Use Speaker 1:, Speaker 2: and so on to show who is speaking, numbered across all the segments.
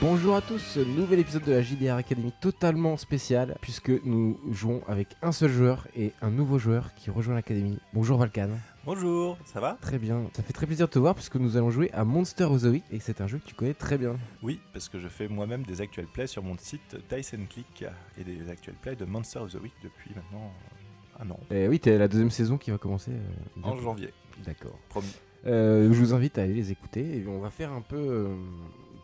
Speaker 1: Bonjour à tous, nouvel épisode de la JDR Academy totalement spécial puisque nous jouons avec un seul joueur et un nouveau joueur qui rejoint l'académie. Bonjour Valkan.
Speaker 2: Bonjour, ça va
Speaker 1: Très bien, ça fait très plaisir de te voir puisque nous allons jouer à Monster Ozoic et c'est un jeu que tu connais très bien.
Speaker 2: Oui, parce que je fais moi-même des actuels plays sur mon site Dice and Click et des actuels plays de Monster of the Week depuis maintenant euh, un an.
Speaker 1: Et Eh oui, t'es la deuxième saison qui va commencer. euh,
Speaker 2: En
Speaker 1: bientôt.
Speaker 2: janvier,
Speaker 1: D'accord.
Speaker 2: promis.
Speaker 1: Euh, je vous invite à aller les écouter et on va faire un peu euh,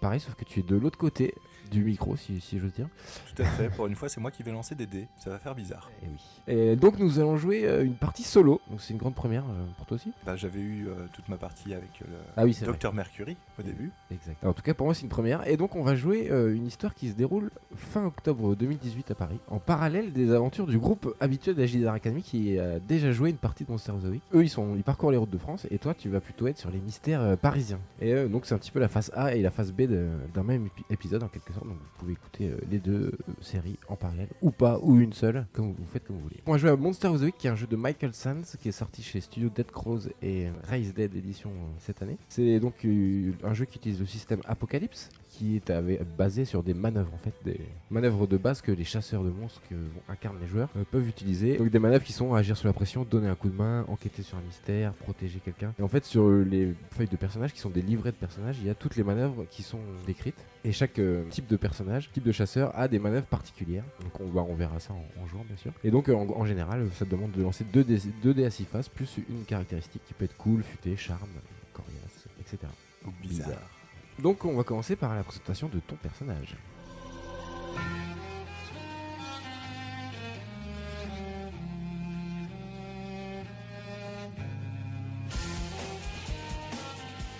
Speaker 1: pareil sauf que tu es de l'autre côté du micro si, si j'ose dire.
Speaker 2: Tout à fait, pour une fois, c'est moi qui vais lancer des dés. Ça va faire bizarre.
Speaker 1: Et Eh oui. Et donc nous allons jouer euh, une partie solo, donc c'est une grande première euh, pour toi aussi.
Speaker 2: Bah, J'avais eu euh, toute ma partie avec euh, le
Speaker 1: Ah oui, c'est vrai.
Speaker 2: Docteur Mercury au début.
Speaker 1: Exact. En tout cas, pour moi, c'est une première. Et donc, on va jouer euh, une histoire qui se déroule fin octobre 2018 à Paris, en parallèle des aventures du groupe habituel d'Agilidar Academy qui a déjà joué une partie de Monster of the Week. Eux, ils, sont, ils parcourent les routes de France, et toi, tu vas plutôt être sur les mystères euh, parisiens. Et euh, donc, c'est un petit peu la phase A et la phase B de- d'un même épi- épisode, en quelque sorte. Donc, vous pouvez écouter euh, les deux euh, séries en parallèle, ou pas, ou une seule, comme vous, vous faites comme vous voulez. On va jouer à Monster of the Week, qui est un jeu de Michael Sands, qui est sorti chez Studio Dead Crows et euh, Rise Dead Edition euh, cette année. C'est donc euh, un jeu qui utilise le système Apocalypse, qui est avec- basé sur des manœuvres, en fait, des manœuvres de base que les chasseurs de monstres que vont- incarnent les joueurs euh, peuvent utiliser. Donc des manœuvres qui sont agir sous la pression, donner un coup de main, enquêter sur un mystère, protéger quelqu'un. Et en fait, sur euh, les feuilles de personnages, qui sont des livrets de personnages, il y a toutes les manœuvres qui sont décrites. Et chaque euh, type de personnage, type de chasseur, a des manœuvres particulières. Donc on, va, on verra ça en, en jouant, bien sûr. Et donc, euh, en, en général, ça demande de lancer 2 dés, deux dés à 6 faces, plus une caractéristique qui peut être cool, futé, charme, coriace, etc.
Speaker 2: Ou bizarre.
Speaker 1: Donc on va commencer par la présentation de ton personnage.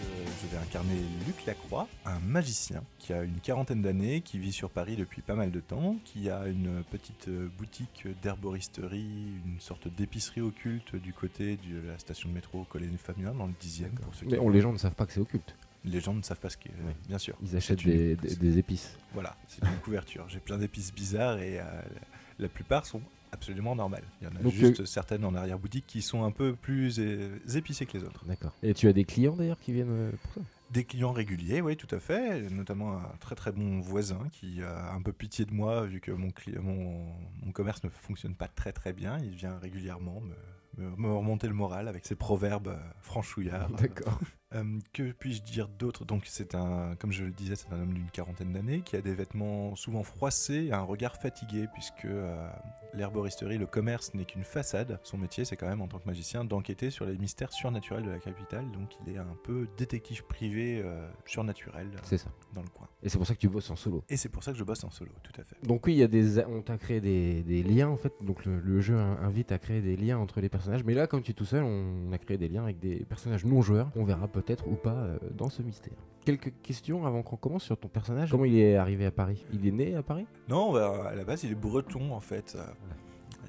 Speaker 2: Euh, je vais incarner Luc Lacroix, un magicien qui a une quarantaine d'années, qui vit sur Paris depuis pas mal de temps, qui a une petite euh, boutique d'herboristerie, une sorte d'épicerie occulte du côté de la station de métro Colline Famien dans le 10e. Pour ceux qui...
Speaker 1: Mais on, les gens ne savent pas que c'est occulte.
Speaker 2: Les gens ne savent pas ce qu'est,
Speaker 1: Ouais.
Speaker 2: bien sûr.
Speaker 1: Ils achètent
Speaker 2: C'est
Speaker 1: des,
Speaker 2: une-
Speaker 1: des- des épices.
Speaker 2: Voilà, c'est une couverture. J'ai plein d'épices bizarres et euh, la plupart sont absolument normales. Il y en a
Speaker 1: Donc, euh,
Speaker 2: juste certaines en arrière-boutique qui sont un peu plus euh, épicées que les autres.
Speaker 1: D'accord. Et tu as des clients d'ailleurs qui viennent euh, pour ça
Speaker 2: Des clients réguliers, oui, tout à fait. Notamment un très très bon voisin qui a un peu pitié de moi vu que mon, cli- mon, mon commerce ne fonctionne pas très très bien. Il vient régulièrement me, me- me remonter le moral avec ses proverbes euh, franchouillards.
Speaker 1: Ah, D'accord.
Speaker 2: Euh, que puis-je dire d'autre Donc c'est un, comme je le disais, c'est un homme d'une quarantaine d'années qui a des vêtements souvent froissés, et un regard fatigué puisque euh, l'herboristerie, le commerce n'est qu'une façade. Son métier, c'est quand même en tant que magicien d'enquêter sur les mystères surnaturels de la capitale. Donc il est un peu détective privé euh, surnaturel euh,
Speaker 1: C'est ça.
Speaker 2: dans le coin.
Speaker 1: Et c'est pour ça que tu bosses en solo.
Speaker 2: Et c'est pour ça que je bosse en solo, tout à fait.
Speaker 1: Donc oui, il y a des, on t'a créé des, des liens en fait. Donc le, le jeu in- invite à créer des liens entre les personnages. Mais là, comme tu es tout seul, on a créé des liens avec des personnages non joueurs. On verra peut-être ou pas euh, dans ce mystère. Quelques questions avant qu'on commence sur ton personnage. Comment il est arrivé à Paris Il est né à Paris
Speaker 2: Non, bah, à la base, il est breton en fait. Euh,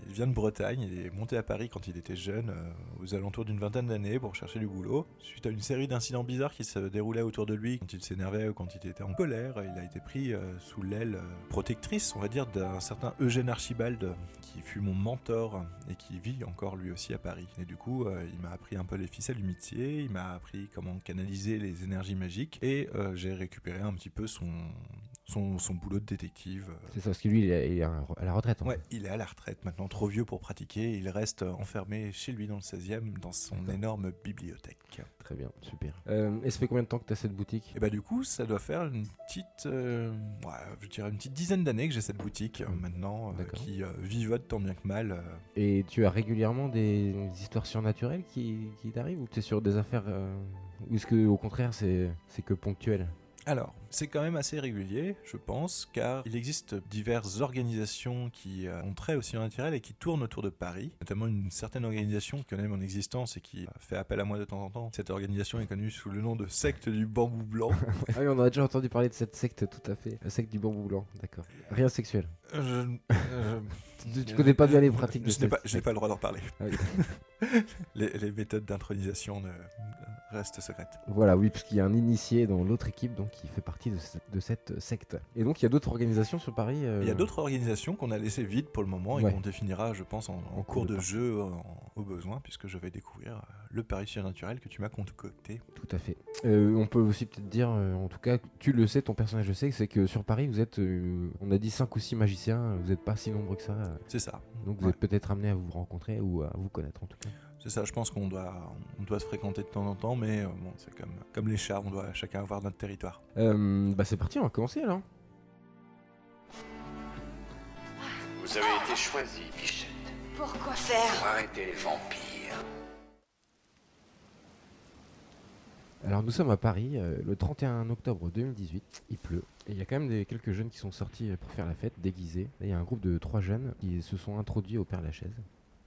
Speaker 2: Il vient de Bretagne, il est monté à Paris quand il était jeune, euh, aux alentours d'une vingtaine d'années, pour chercher du boulot. Suite à une série d'incidents bizarres qui se déroulaient autour de lui, quand il s'énervait ou quand il était en colère, il a été pris euh, sous l'aile euh, protectrice, on va dire, d'un certain Eugène Archibald, euh, qui fut mon mentor et qui vit encore lui aussi à Paris. Et du coup, euh, il m'a appris un peu les ficelles du métier, il m'a appris comment canaliser les énergies magiques, et euh, j'ai récupéré un petit peu son, son, son boulot de détective. euh,
Speaker 1: C'est ça, parce que lui, il est, il est à à la retraite. en
Speaker 2: Ouais, il est à la retraite maintenant, trop vieux pour pratiquer. Il reste euh, enfermé chez lui dans le 16e, dans son
Speaker 1: D'accord.
Speaker 2: énorme bibliothèque.
Speaker 1: Très bien, super. Euh, et ça fait combien de temps que tu as cette boutique
Speaker 2: Et bah du coup, ça doit faire une petite, euh, ouais, je dirais une petite dizaine d'années que j'ai cette boutique euh,
Speaker 1: Mm.
Speaker 2: maintenant, euh,
Speaker 1: D'accord.
Speaker 2: qui euh, vivote tant bien que mal. euh.
Speaker 1: Et tu as régulièrement des histoires surnaturelles qui, qui t'arrivent Ou tu es sur des affaires euh, Ou est-ce que au contraire c'est c'est que ponctuel
Speaker 2: Alors, c'est quand même assez régulier, je pense, car il existe diverses organisations qui euh, ont trait au surnaturel et qui tournent autour de Paris, notamment une certaine organisation qui connaît mon existence et qui euh, fait appel à moi de temps en temps. Cette organisation est connue sous le nom de secte du bambou blanc.
Speaker 1: Ah oui, on a déjà entendu parler de cette secte tout à fait. La secte du bambou blanc, d'accord. Rien de sexuel.
Speaker 2: Je,
Speaker 1: Tu, tu connais pas bien les pratiques de
Speaker 2: je n'ai
Speaker 1: cette Ah
Speaker 2: pas, je n'ai
Speaker 1: secte.
Speaker 2: pas le droit d'en parler.
Speaker 1: Ah oui.
Speaker 2: les, les méthodes d'intronisation ne- reste secrète.
Speaker 1: Voilà, oui, puisqu'il y a un initié dans l'autre équipe donc qui fait partie de, ce- de cette secte. Et donc il y a d'autres organisations sur Paris. euh,
Speaker 2: Il y a d'autres organisations qu'on a laissées vides pour le moment
Speaker 1: Ouais.
Speaker 2: et qu'on définira, je pense, en, en
Speaker 1: En cours
Speaker 2: cours
Speaker 1: de
Speaker 2: de
Speaker 1: partie.
Speaker 2: jeu en- au besoin, puisque je vais découvrir euh, le Paris surnaturel que tu m'as concocté.
Speaker 1: Tout à fait. Euh, on peut aussi peut-être dire, euh, en tout cas, tu le sais, ton personnage le sait, c'est que sur Paris, vous êtes, euh, on a dit 5 ou 6 magiciens, vous n'êtes pas si nombreux que ça. euh,
Speaker 2: C'est ça.
Speaker 1: Donc vous
Speaker 2: Ouais.
Speaker 1: êtes peut-être amené à vous rencontrer ou à vous connaître en tout cas.
Speaker 2: C'est ça, je pense qu'on doit, on doit se fréquenter de temps en temps, mais euh, bon, c'est comme, comme les chats, on doit chacun avoir notre territoire.
Speaker 1: Euh, bah c'est parti, on va commencer alors.
Speaker 3: Vous avez été choisi, Bichette,
Speaker 4: Pourquoi faire
Speaker 3: pour arrêter les vampires.
Speaker 1: Alors nous sommes à Paris, euh, le 31 octobre 2018, il pleut, et il y a quand même des, quelques jeunes qui sont sortis euh, pour faire la fête, déguisés. Et Il y a un groupe de trois jeunes qui se sont introduits au Père Lachaise.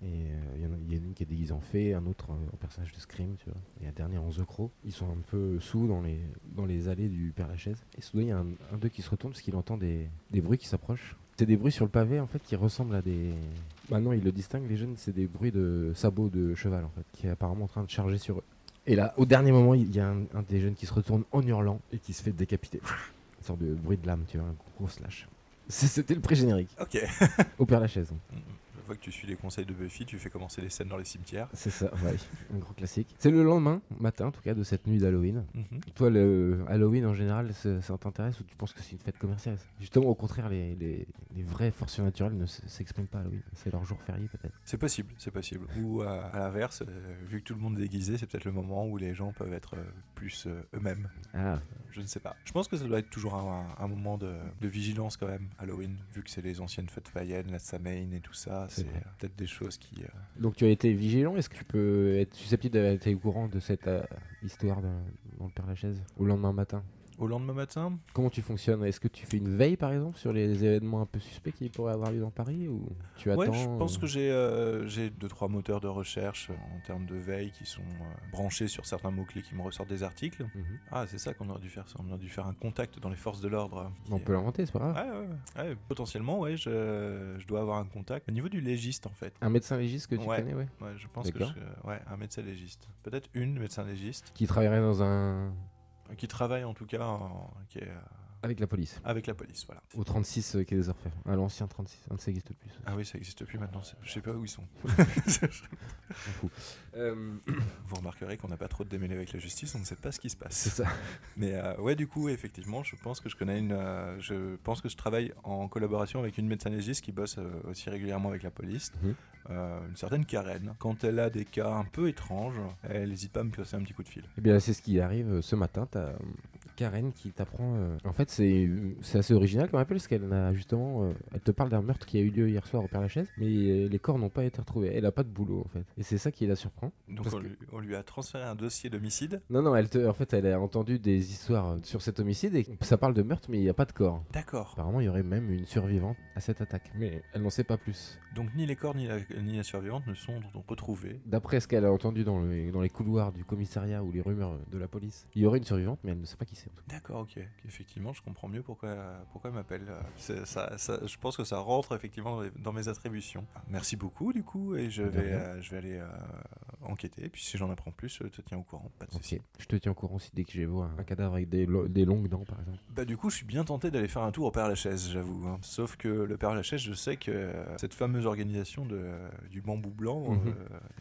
Speaker 1: Et euh, il y en a- il y, en a une qui est déguisée en fée, un autre euh, en personnage de Scream, tu vois, et un dernier en The Crow. Ils sont un peu sous dans les, dans les allées du Père Lachaise. Et soudain, il y a un, un d'eux qui se retourne parce qu'il entend des, des bruits qui s'approchent. C'est des bruits sur le pavé en fait qui ressemblent à des. Maintenant, ils le distinguent, les jeunes, c'est des bruits de sabots de cheval en fait, qui est apparemment en train de charger sur eux. Et là, au dernier moment, il y a un, un des jeunes qui se retourne en hurlant et qui se fait décapiter. Une sorte de bruit de lame, tu vois, un gros slash. C'est- C'était le pré-générique.
Speaker 2: Ok.
Speaker 1: Au Père Lachaise.
Speaker 2: Je vois que tu suis les conseils de Buffy, tu fais commencer les scènes dans les cimetières.
Speaker 1: C'est ça, ouais. un gros classique. C'est le lendemain matin, en tout cas, de cette nuit d'Halloween.
Speaker 2: Mhm.
Speaker 1: Toi, le Halloween en général, ça, ça t'intéresse ou tu penses que c'est une fête commerciale ça Justement, au contraire, les, les, les vraies forces naturelles ne s- s'expriment pas à Halloween. C'est leur jour férié, peut-être.
Speaker 2: C'est possible, c'est possible. Ou euh, à l'inverse, euh, vu que tout le monde est déguisé, c'est peut-être le moment où les gens peuvent être euh, plus euh, eux-mêmes.
Speaker 1: Ah,
Speaker 2: Je ne sais pas. Je pense que ça doit être toujours un, un moment de, de vigilance quand même, Halloween, vu que c'est les anciennes fêtes païennes, la Samhain et tout ça.
Speaker 1: C'est
Speaker 2: C'est
Speaker 1: vrai.
Speaker 2: euh, peut-être des choses qui. euh,
Speaker 1: Donc tu as été vigilant, est-ce que tu peux être susceptible d'être au courant de cette euh, histoire dans, dans le Père Lachaise au lendemain matin
Speaker 2: Au lendemain matin,
Speaker 1: Comment tu fonctionnes Est-ce que tu fais une veille par exemple sur les événements un peu suspects qui pourraient avoir lieu dans Paris ou tu attends
Speaker 2: ouais, je pense
Speaker 1: euh,
Speaker 2: que j'ai euh, j'ai deux trois moteurs de recherche euh, en termes de veille qui sont euh, branchés sur certains mots clés qui me ressortent des articles.
Speaker 1: Mhm.
Speaker 2: Ah, c'est ça qu'on aurait dû faire. ça. On aurait dû faire un contact dans les forces de l'ordre. hein,
Speaker 1: On peut l'inventer, c'est pas grave.
Speaker 2: Ouais, ouais, ouais. Ouais, potentiellement, ouais, je, je dois avoir un contact. Au niveau du légiste, en fait.
Speaker 1: Un médecin légiste que tu
Speaker 2: Ouais.
Speaker 1: connais, ouais
Speaker 2: Ouais, je pense que
Speaker 1: D'accord.
Speaker 2: je- ouais, un médecin légiste. Peut-être une médecin légiste
Speaker 1: Qui travaillerait dans un.
Speaker 2: euh, qui travaille en tout cas en- qui est, euh,
Speaker 1: avec la police.
Speaker 2: avec la police. Voilà.
Speaker 1: Au 36 euh, quai des Orfèvres. À l'ancien 36, ça ne s'existe plus. ça.
Speaker 2: Ah oui, ça n'existe plus maintenant. c'est- Je sais pas où ils sont.
Speaker 1: Euh,
Speaker 2: Vous remarquerez qu'on n'a pas trop de démêlés avec la justice. On ne sait pas ce qui se passe.
Speaker 1: c'est ça.
Speaker 2: Mais euh, ouais, du coup, effectivement, je pense que je connais une. euh, je pense que je travaille en collaboration avec une médecin légiste qui bosse euh, aussi régulièrement avec la police,
Speaker 1: Mhm.
Speaker 2: euh, une certaine Karen. Quand elle a des cas un peu étranges, elle n'hésite pas à me passer un petit coup de fil.
Speaker 1: Eh bien, c'est ce qui arrive euh, ce matin. T'as euh, Karen qui t'apprend. euh, En fait, c'est euh, c'est assez original comme appel parce qu'elle a justement. euh, Elle te parle d'un meurtre qui a eu lieu hier soir au Père Lachaise, mais euh, les corps n'ont pas été retrouvés. Elle a pas de boulot en fait. Et c'est ça qui la surprend.
Speaker 2: Donc euh,
Speaker 1: Parce
Speaker 2: on,
Speaker 1: que-
Speaker 2: lui, on lui a transféré un dossier d'homicide.
Speaker 1: Non, non, elle te... en fait, elle a entendu des histoires euh, sur cet homicide et ça parle de meurtre, mais il n'y a pas de corps.
Speaker 2: D'accord.
Speaker 1: Apparemment, il y aurait même une survivante à cette attaque, mais elle n'en sait pas plus.
Speaker 2: Donc ni les corps ni la, ni la survivante ne sont donc retrouvés.
Speaker 1: D'après ce qu'elle a entendu dans, le- dans les couloirs du commissariat ou les rumeurs de la police, il y aurait une survivante, mais elle ne sait pas qui c'est. en tout cas.
Speaker 2: D'accord, ok. Effectivement, je comprends mieux pourquoi, pourquoi elle m'appelle. euh, c'est- Ça, ça- je pense que ça rentre effectivement dans les- dans mes attributions. Ah, Merci beaucoup, du coup, et je
Speaker 1: De
Speaker 2: vais,
Speaker 1: rien.
Speaker 2: euh, je vais aller euh, enquêter. puis si j'en apprends plus, je te tiens au courant. Pas de souci.
Speaker 1: Ok, je te tiens au courant si dès que je vois un cadavre avec des, lo- des longues dents, par exemple.
Speaker 2: Bah, du coup, je suis bien tenté d'aller faire un tour au Père Lachaise, j'avoue. hein. Sauf que le Père Lachaise, je sais que euh, cette fameuse organisation de, du bambou blanc euh,
Speaker 1: Mhm.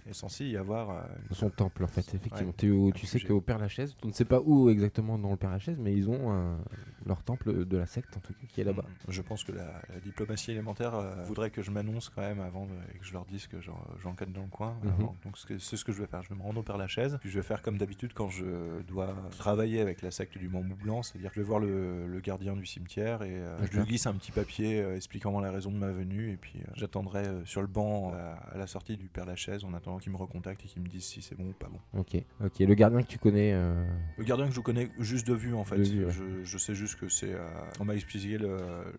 Speaker 2: est censée y avoir. euh,
Speaker 1: Dans Son temple, en fait, effectivement.
Speaker 2: Ouais,
Speaker 1: Tu-
Speaker 2: un
Speaker 1: tu sais
Speaker 2: sujet.
Speaker 1: qu'au Père Lachaise, on ne sait pas où exactement dans le Père Lachaise, mais ils ont un- leur temple de la secte, en tout cas, qui est là-bas.
Speaker 2: Mm, Je pense que la, la diplomatie élémentaire euh, voudrait que je m'annonce quand même avant de- et que je leur dise que j'en- j'enquête dans le coin.
Speaker 1: Mhm.
Speaker 2: avant. Donc ce que- c'est ce que je vais faire. Je vais me rendre au Père Lachaise, puis je vais faire comme d'habitude quand je dois travailler avec la secte du Bambou Blanc, c'est-à-dire que je vais voir le, le gardien du cimetière et euh, je lui
Speaker 1: D'accord.
Speaker 2: glisse un petit papier euh, expliquant la raison de ma venue et puis euh, j'attendrai euh, sur le banc euh, à la sortie du Père Lachaise en attendant qu'il me recontacte et qu'il me dise si c'est bon ou pas bon.
Speaker 1: Ok, ok. Le gardien que tu connais, euh,
Speaker 2: Le gardien que je connais juste de vue en fait.
Speaker 1: De vue, ouais.
Speaker 2: je, je sais juste que c'est. euh, on m'a expliqué le,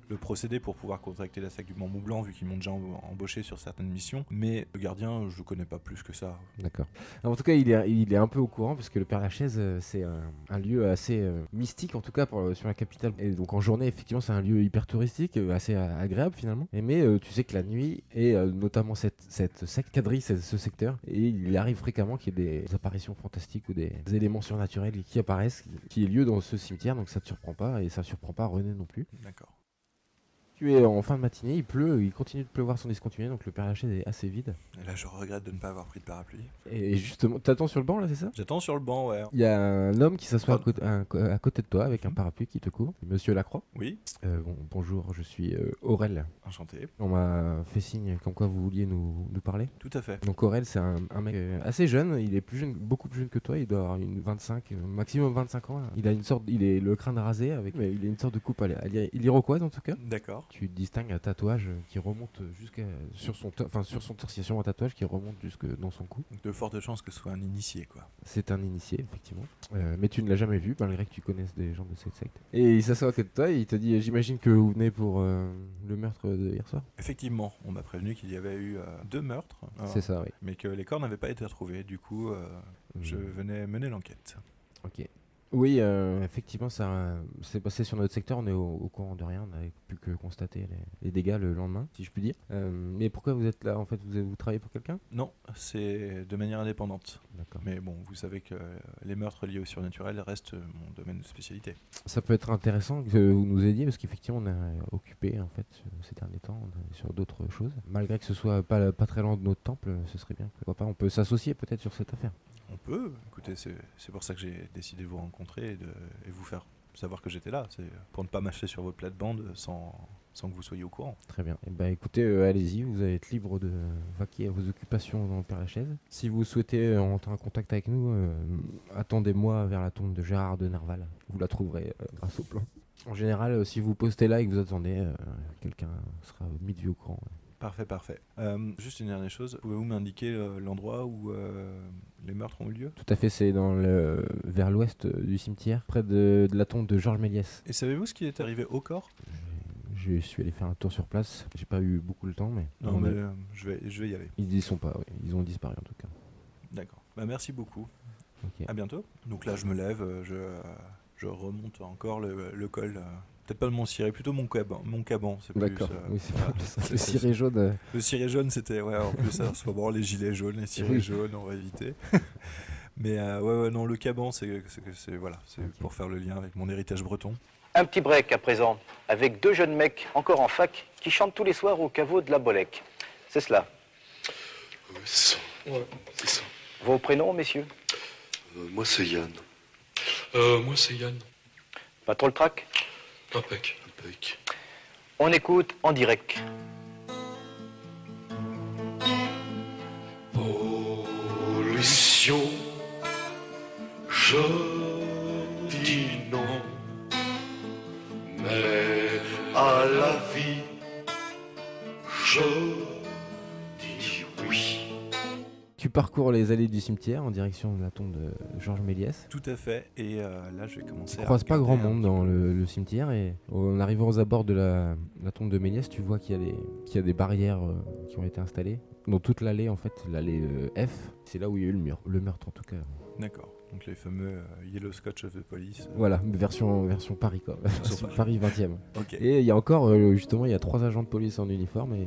Speaker 2: le procédé pour pouvoir contacter la SAC du Mamou Blanc, vu qu'ils m'ont déjà em- embauché sur certaines missions. Mais le gardien, je connais pas plus que ça.
Speaker 1: D'accord. Alors, En tout cas, il est, il est un peu au courant parce que le Père Lachaise, euh, c'est un, un lieu assez euh, mystique, en tout cas pour, euh, sur la capitale. Et donc en journée, effectivement, c'est un lieu hyper touristique, euh, assez euh, agréable finalement. Et mais euh, tu sais que la nuit, et euh, notamment cette, cette, cette quadrille, cette- ce secteur, et il arrive fréquemment qu'il y ait des apparitions fantastiques ou des, des éléments surnaturels qui apparaissent, qui, qui aient lieu dans ce cimetière. Donc ça te surprend pas et ça surprend pas René non plus.
Speaker 2: D'accord.
Speaker 1: Tu es en fin de matinée, il pleut, il continue de pleuvoir sans discontinuer, donc le Père Lachaise est assez vide.
Speaker 2: Et là, je regrette de ne pas avoir pris de parapluie.
Speaker 1: Et justement, t'attends sur le banc là, c'est ça
Speaker 2: J'attends sur le banc, ouais.
Speaker 1: Il y a un homme qui s'assoit à, côté- à un co- à côté de toi avec un parapluie qui te court. Monsieur Lacroix.
Speaker 2: Oui,
Speaker 1: Euh, bon, bonjour, je suis euh, Aurel.
Speaker 2: enchanté.
Speaker 1: On m'a fait signe comme quoi vous vouliez nous, nous parler.
Speaker 2: Tout à fait.
Speaker 1: Donc Aurel, c'est un, un mec euh, assez jeune. Il est plus jeune, beaucoup plus jeune que toi. Il doit avoir une 25, euh, maximum 25 ans. Il a une sorte, il est le crâne rasé avec, mais il a une sorte de coupe à l'i- à l'i- iroquoise en tout cas.
Speaker 2: D'accord.
Speaker 1: Tu distingues un tatouage qui remonte jusqu'à sur son, tor- enfin sur son torse. Il y a sûrement un tatouage qui remonte jusque dans son cou.
Speaker 2: Donc, De fortes chances que ce soit un initié, quoi.
Speaker 1: C'est un initié, effectivement. Euh, mais tu ne l'as jamais vu, malgré que tu connaisses des gens de cette secte. Et il s'assoit à côté de toi et il te dit euh, J'imagine que vous venez pour euh, le meurtre de hier soir
Speaker 2: Effectivement, on m'a prévenu qu'il y avait eu euh, deux meurtres, hein,
Speaker 1: C'est ça, oui.
Speaker 2: mais que les corps n'avaient pas été retrouvés. Du coup, euh, je
Speaker 1: Mm,
Speaker 2: venais mener l'enquête.
Speaker 1: Ok. Oui, euh, effectivement, ça euh, s'est passé sur notre secteur. On est au, au courant de rien. On n'avait plus que constater les, les dégâts le lendemain, si je puis dire. Euh, mais pourquoi vous êtes là En fait, vous, vous travaillez pour quelqu'un
Speaker 2: Non, c'est de manière indépendante.
Speaker 1: D'accord.
Speaker 2: Mais bon, vous savez que euh, les meurtres liés au surnaturel restent euh, mon domaine de spécialité.
Speaker 1: Ça peut être intéressant que vous nous aidiez parce qu'effectivement on est occupé en fait ce- ces derniers temps on est sur d'autres choses. Malgré que ce soit pas, pas très loin de notre temple, ce serait bien. Pourquoi pas On peut s'associer peut-être sur cette affaire.
Speaker 2: On peut, écoutez, c'est c'est pour ça que j'ai décidé de vous rencontrer et, de, et vous faire savoir que j'étais là. C'est pour ne pas mâcher sur votre plate-bande sans, sans que vous soyez au courant.
Speaker 1: Très bien. Et ben écoutez, euh, allez-y, vous êtes libre de vaquer à vos occupations dans le Père Lachaise. Si vous souhaitez euh, entrer en contact avec nous, euh, attendez-moi vers la tombe de Gérard de Nerval. Vous la trouverez euh, grâce au plan. En général, euh, si vous postez là et que vous attendez, euh, quelqu'un sera mis de vue au courant.
Speaker 2: Parfait, parfait. Euh, juste une dernière chose, pouvez-vous m'indiquer euh, l'endroit où euh, les meurtres ont eu lieu
Speaker 1: Tout à fait, c'est dans le vers l'ouest euh, du cimetière, près de, de la tombe de Georges Méliès.
Speaker 2: Et savez-vous ce qui est arrivé au corps
Speaker 1: Je suis allé faire un tour sur place. J'ai pas eu beaucoup le temps, mais,
Speaker 2: Non,
Speaker 1: on
Speaker 2: mais
Speaker 1: a-
Speaker 2: euh, je, vais, je vais y aller.
Speaker 1: ils y sont pas. oui. Ils ont disparu en tout cas.
Speaker 2: D'accord. Bah, merci beaucoup.
Speaker 1: Ok.
Speaker 2: À bientôt. Donc là, je me lève, euh, je, euh, je remonte encore le, le col. euh, Peut-être pas de mon ciré, plutôt mon caban. Mon caban, c'est plus.
Speaker 1: D'accord.
Speaker 2: euh,
Speaker 1: Oui, c'est
Speaker 2: voilà.
Speaker 1: pas le-
Speaker 2: C'est-
Speaker 1: le
Speaker 2: c'est-
Speaker 1: ciré jaune. euh,
Speaker 2: Le ciré jaune, c'était. Ouais, en plus, à ce moment, les gilets jaunes, les cirés
Speaker 1: Oui.
Speaker 2: jaunes, on va éviter. Mais euh, ouais, ouais, non, le caban, c'est c'est que c'est- voilà, c'est
Speaker 1: Ok.
Speaker 2: pour faire le lien avec mon héritage breton.
Speaker 4: Un petit break à présent, avec deux jeunes mecs encore en fac qui chantent tous les soirs au caveau de la Bolec. C'est cela.
Speaker 5: C'est ça. C'est ça.
Speaker 4: Vos prénoms, messieurs
Speaker 5: Euh, moi, c'est Yann.
Speaker 6: Euh, moi c'est Yann,
Speaker 4: Pas trop le trac
Speaker 6: impec.
Speaker 5: Impec.
Speaker 4: On écoute en direct.
Speaker 5: Pollution, je dis non, mais à la vie, je dis oui.
Speaker 1: Tu parcours les allées du cimetière en direction de la tombe de Georges Méliès.
Speaker 2: Tout à fait. Et euh, là, je vais commencer
Speaker 1: Tu
Speaker 2: à
Speaker 1: croises pas grand
Speaker 2: regarder un
Speaker 1: monde
Speaker 2: petit
Speaker 1: dans
Speaker 2: peu.
Speaker 1: le, le cimetière et en arrivant aux abords de la, la tombe de Méliès, tu vois qu'il y, a des- qu'il y a des barrières euh, qui ont été installées dans toute l'allée en fait, l'allée euh, F. C'est là où il y a eu le, mur, le meurtre en tout cas.
Speaker 2: D'accord. Donc les fameux euh, Yellow Scotch of the Police. euh,
Speaker 1: Voilà, version, version Paris quoi. Version Paris 20ème.
Speaker 2: Ok.
Speaker 1: Et il y a encore, euh, justement, il y a trois agents de police en uniforme et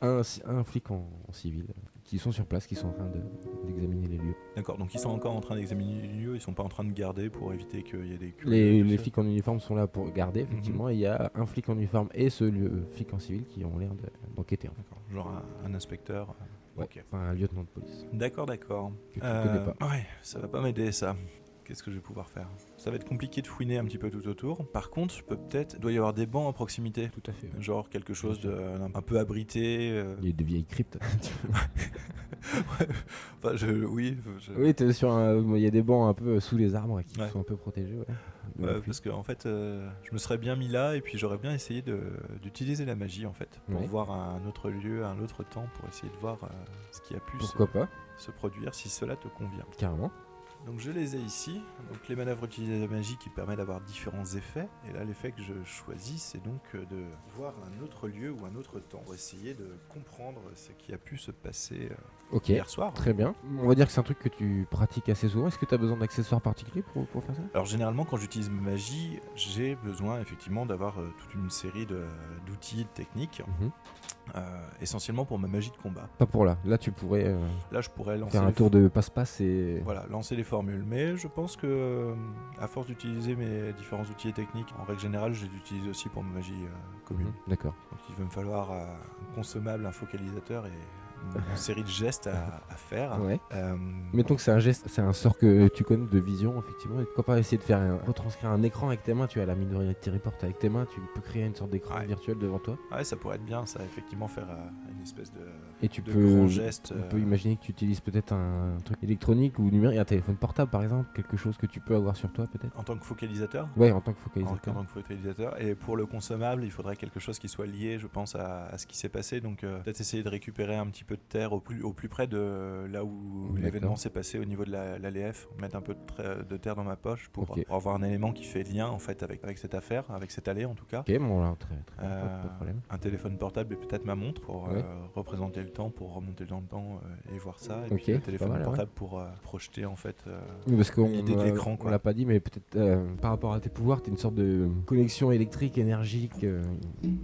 Speaker 1: un, un flic en, en civil qui sont sur place, qui sont en train de- d'examiner les lieux.
Speaker 2: D'accord, donc ils sont encore en train d'examiner les lieux, ils sont pas en train de garder pour éviter qu'il y ait des
Speaker 1: Les,
Speaker 2: curieux, tout
Speaker 1: les
Speaker 2: ça. Mhm.
Speaker 1: flics en uniforme sont là pour garder, effectivement, et il y a un flic en uniforme et ce lieu- euh, flic en civil qui ont l'air de- d'enquêter, en fait.
Speaker 2: D'accord, genre un, un inspecteur. euh,
Speaker 1: Ouais.
Speaker 2: ok.
Speaker 1: Enfin, un lieutenant de police
Speaker 2: D'accord, d'accord.
Speaker 1: que tu
Speaker 2: Euh,
Speaker 1: connais pas.
Speaker 2: Ouais, ça va pas m'aider ça. Qu'est-ce que je vais pouvoir faire Ça va être compliqué de fouiner un petit peu tout autour. Par contre, je peux peut-être. doit y avoir des bancs à proximité.
Speaker 1: Tout à fait.
Speaker 2: Genre quelque chose de, euh, un peu abrité. euh,
Speaker 1: Il y a des vieilles cryptes.
Speaker 2: enfin, je, oui, je-
Speaker 1: oui, t'es sur un- il y a des bancs un peu sous les arbres qui
Speaker 2: Ouais.
Speaker 1: sont un peu protégés. Ouais. De la
Speaker 2: Ouais,
Speaker 1: pluie.
Speaker 2: parce que en fait, euh, je me serais bien mis là et puis j'aurais bien essayé de- d'utiliser la magie en fait pour
Speaker 1: Ouais.
Speaker 2: voir un autre lieu, un autre temps, pour essayer de voir euh, ce qui a pu se,
Speaker 1: Pourquoi pas,
Speaker 2: se produire si cela te convient.
Speaker 1: carrément.
Speaker 2: Donc je les ai ici. Donc les manœuvres utilisées de la magie qui permet d'avoir différents effets. Et là l'effet que je choisis c'est donc euh, de voir un autre lieu ou un autre temps pour essayer de comprendre ce qui a pu se passer euh,
Speaker 1: Ok.
Speaker 2: hier soir.
Speaker 1: Très bien. On va dire que c'est un truc que tu pratiques assez souvent. Est-ce que tu as besoin d'accessoires particuliers pour, pour faire ça
Speaker 2: Alors généralement quand j'utilise ma magie, j'ai besoin effectivement d'avoir euh, toute une série de- d'outils, de, techniques,
Speaker 1: Mhm.
Speaker 2: euh, essentiellement pour ma magie de combat.
Speaker 1: Pas pour là. Là, tu pourrais euh,
Speaker 2: Là je pourrais lancer
Speaker 1: faire un
Speaker 2: les
Speaker 1: tour de passe-passe et.
Speaker 2: Voilà, lancer les formules. Mais je pense que, euh, à force d'utiliser mes différents outils et techniques, en règle générale, je les utilise aussi pour ma magie euh, commune.
Speaker 1: Mhm, D'accord.
Speaker 2: Donc il va me falloir euh, un consommable, un focalisateur et une série de gestes à, à faire.
Speaker 1: Ouais.
Speaker 2: Euh,
Speaker 1: Mettons que c'est un geste, c'est un sort que tu connais de vision, effectivement. Et pourquoi pas essayer de faire un- retranscrire un écran avec tes mains Tu as la minorité report avec tes mains, tu peux créer une sorte d'écran
Speaker 2: Ouais.
Speaker 1: virtuel devant toi.
Speaker 2: ouais, ça pourrait être bien, ça, effectivement, faire euh, une espèce de,
Speaker 1: Et tu
Speaker 2: de
Speaker 1: peux.
Speaker 2: grand geste.
Speaker 1: On
Speaker 2: euh,
Speaker 1: peut imaginer que tu utilises peut-être un truc électronique ou numérique, un téléphone portable par exemple, quelque chose que tu peux avoir sur toi peut-être.
Speaker 2: euh, en tant que focalisateur.
Speaker 1: Ouais, en tant que
Speaker 2: En
Speaker 1: focalisateur.
Speaker 2: tant que focalisateur. Et pour le consommable, il faudrait quelque chose qui soit lié, je pense, à, à ce qui s'est passé. Donc euh, peut-être essayer de récupérer un petit peu de terre au plus, au plus près de là où
Speaker 1: D'accord.
Speaker 2: l'événement s'est passé au niveau de la- l'ALF. Mettre un peu de, tra- de terre dans ma poche pour,
Speaker 1: Ok.
Speaker 2: pour avoir un élément qui fait lien en fait avec, avec cette affaire, avec cette allée en tout cas.
Speaker 1: Ok, bon là, très, très bien, pas-
Speaker 2: Euh,
Speaker 1: pas de problème.
Speaker 2: un téléphone portable et peut-être ma montre pour euh,
Speaker 1: Ouais.
Speaker 2: représenter le temps, pour remonter dans le temps euh, et voir ça. Et
Speaker 1: Ok,
Speaker 2: puis le
Speaker 1: c'est
Speaker 2: téléphone
Speaker 1: pas mal, ouais.
Speaker 2: portable pour euh, projeter en fait. euh,
Speaker 1: Oui, Parce qu'on
Speaker 2: l'idée de
Speaker 1: euh,
Speaker 2: l'écran,
Speaker 1: on
Speaker 2: quoi.
Speaker 1: l'a pas dit, mais peut-être euh, par rapport à tes pouvoirs, t'es une sorte de connexion électrique, énergique. euh,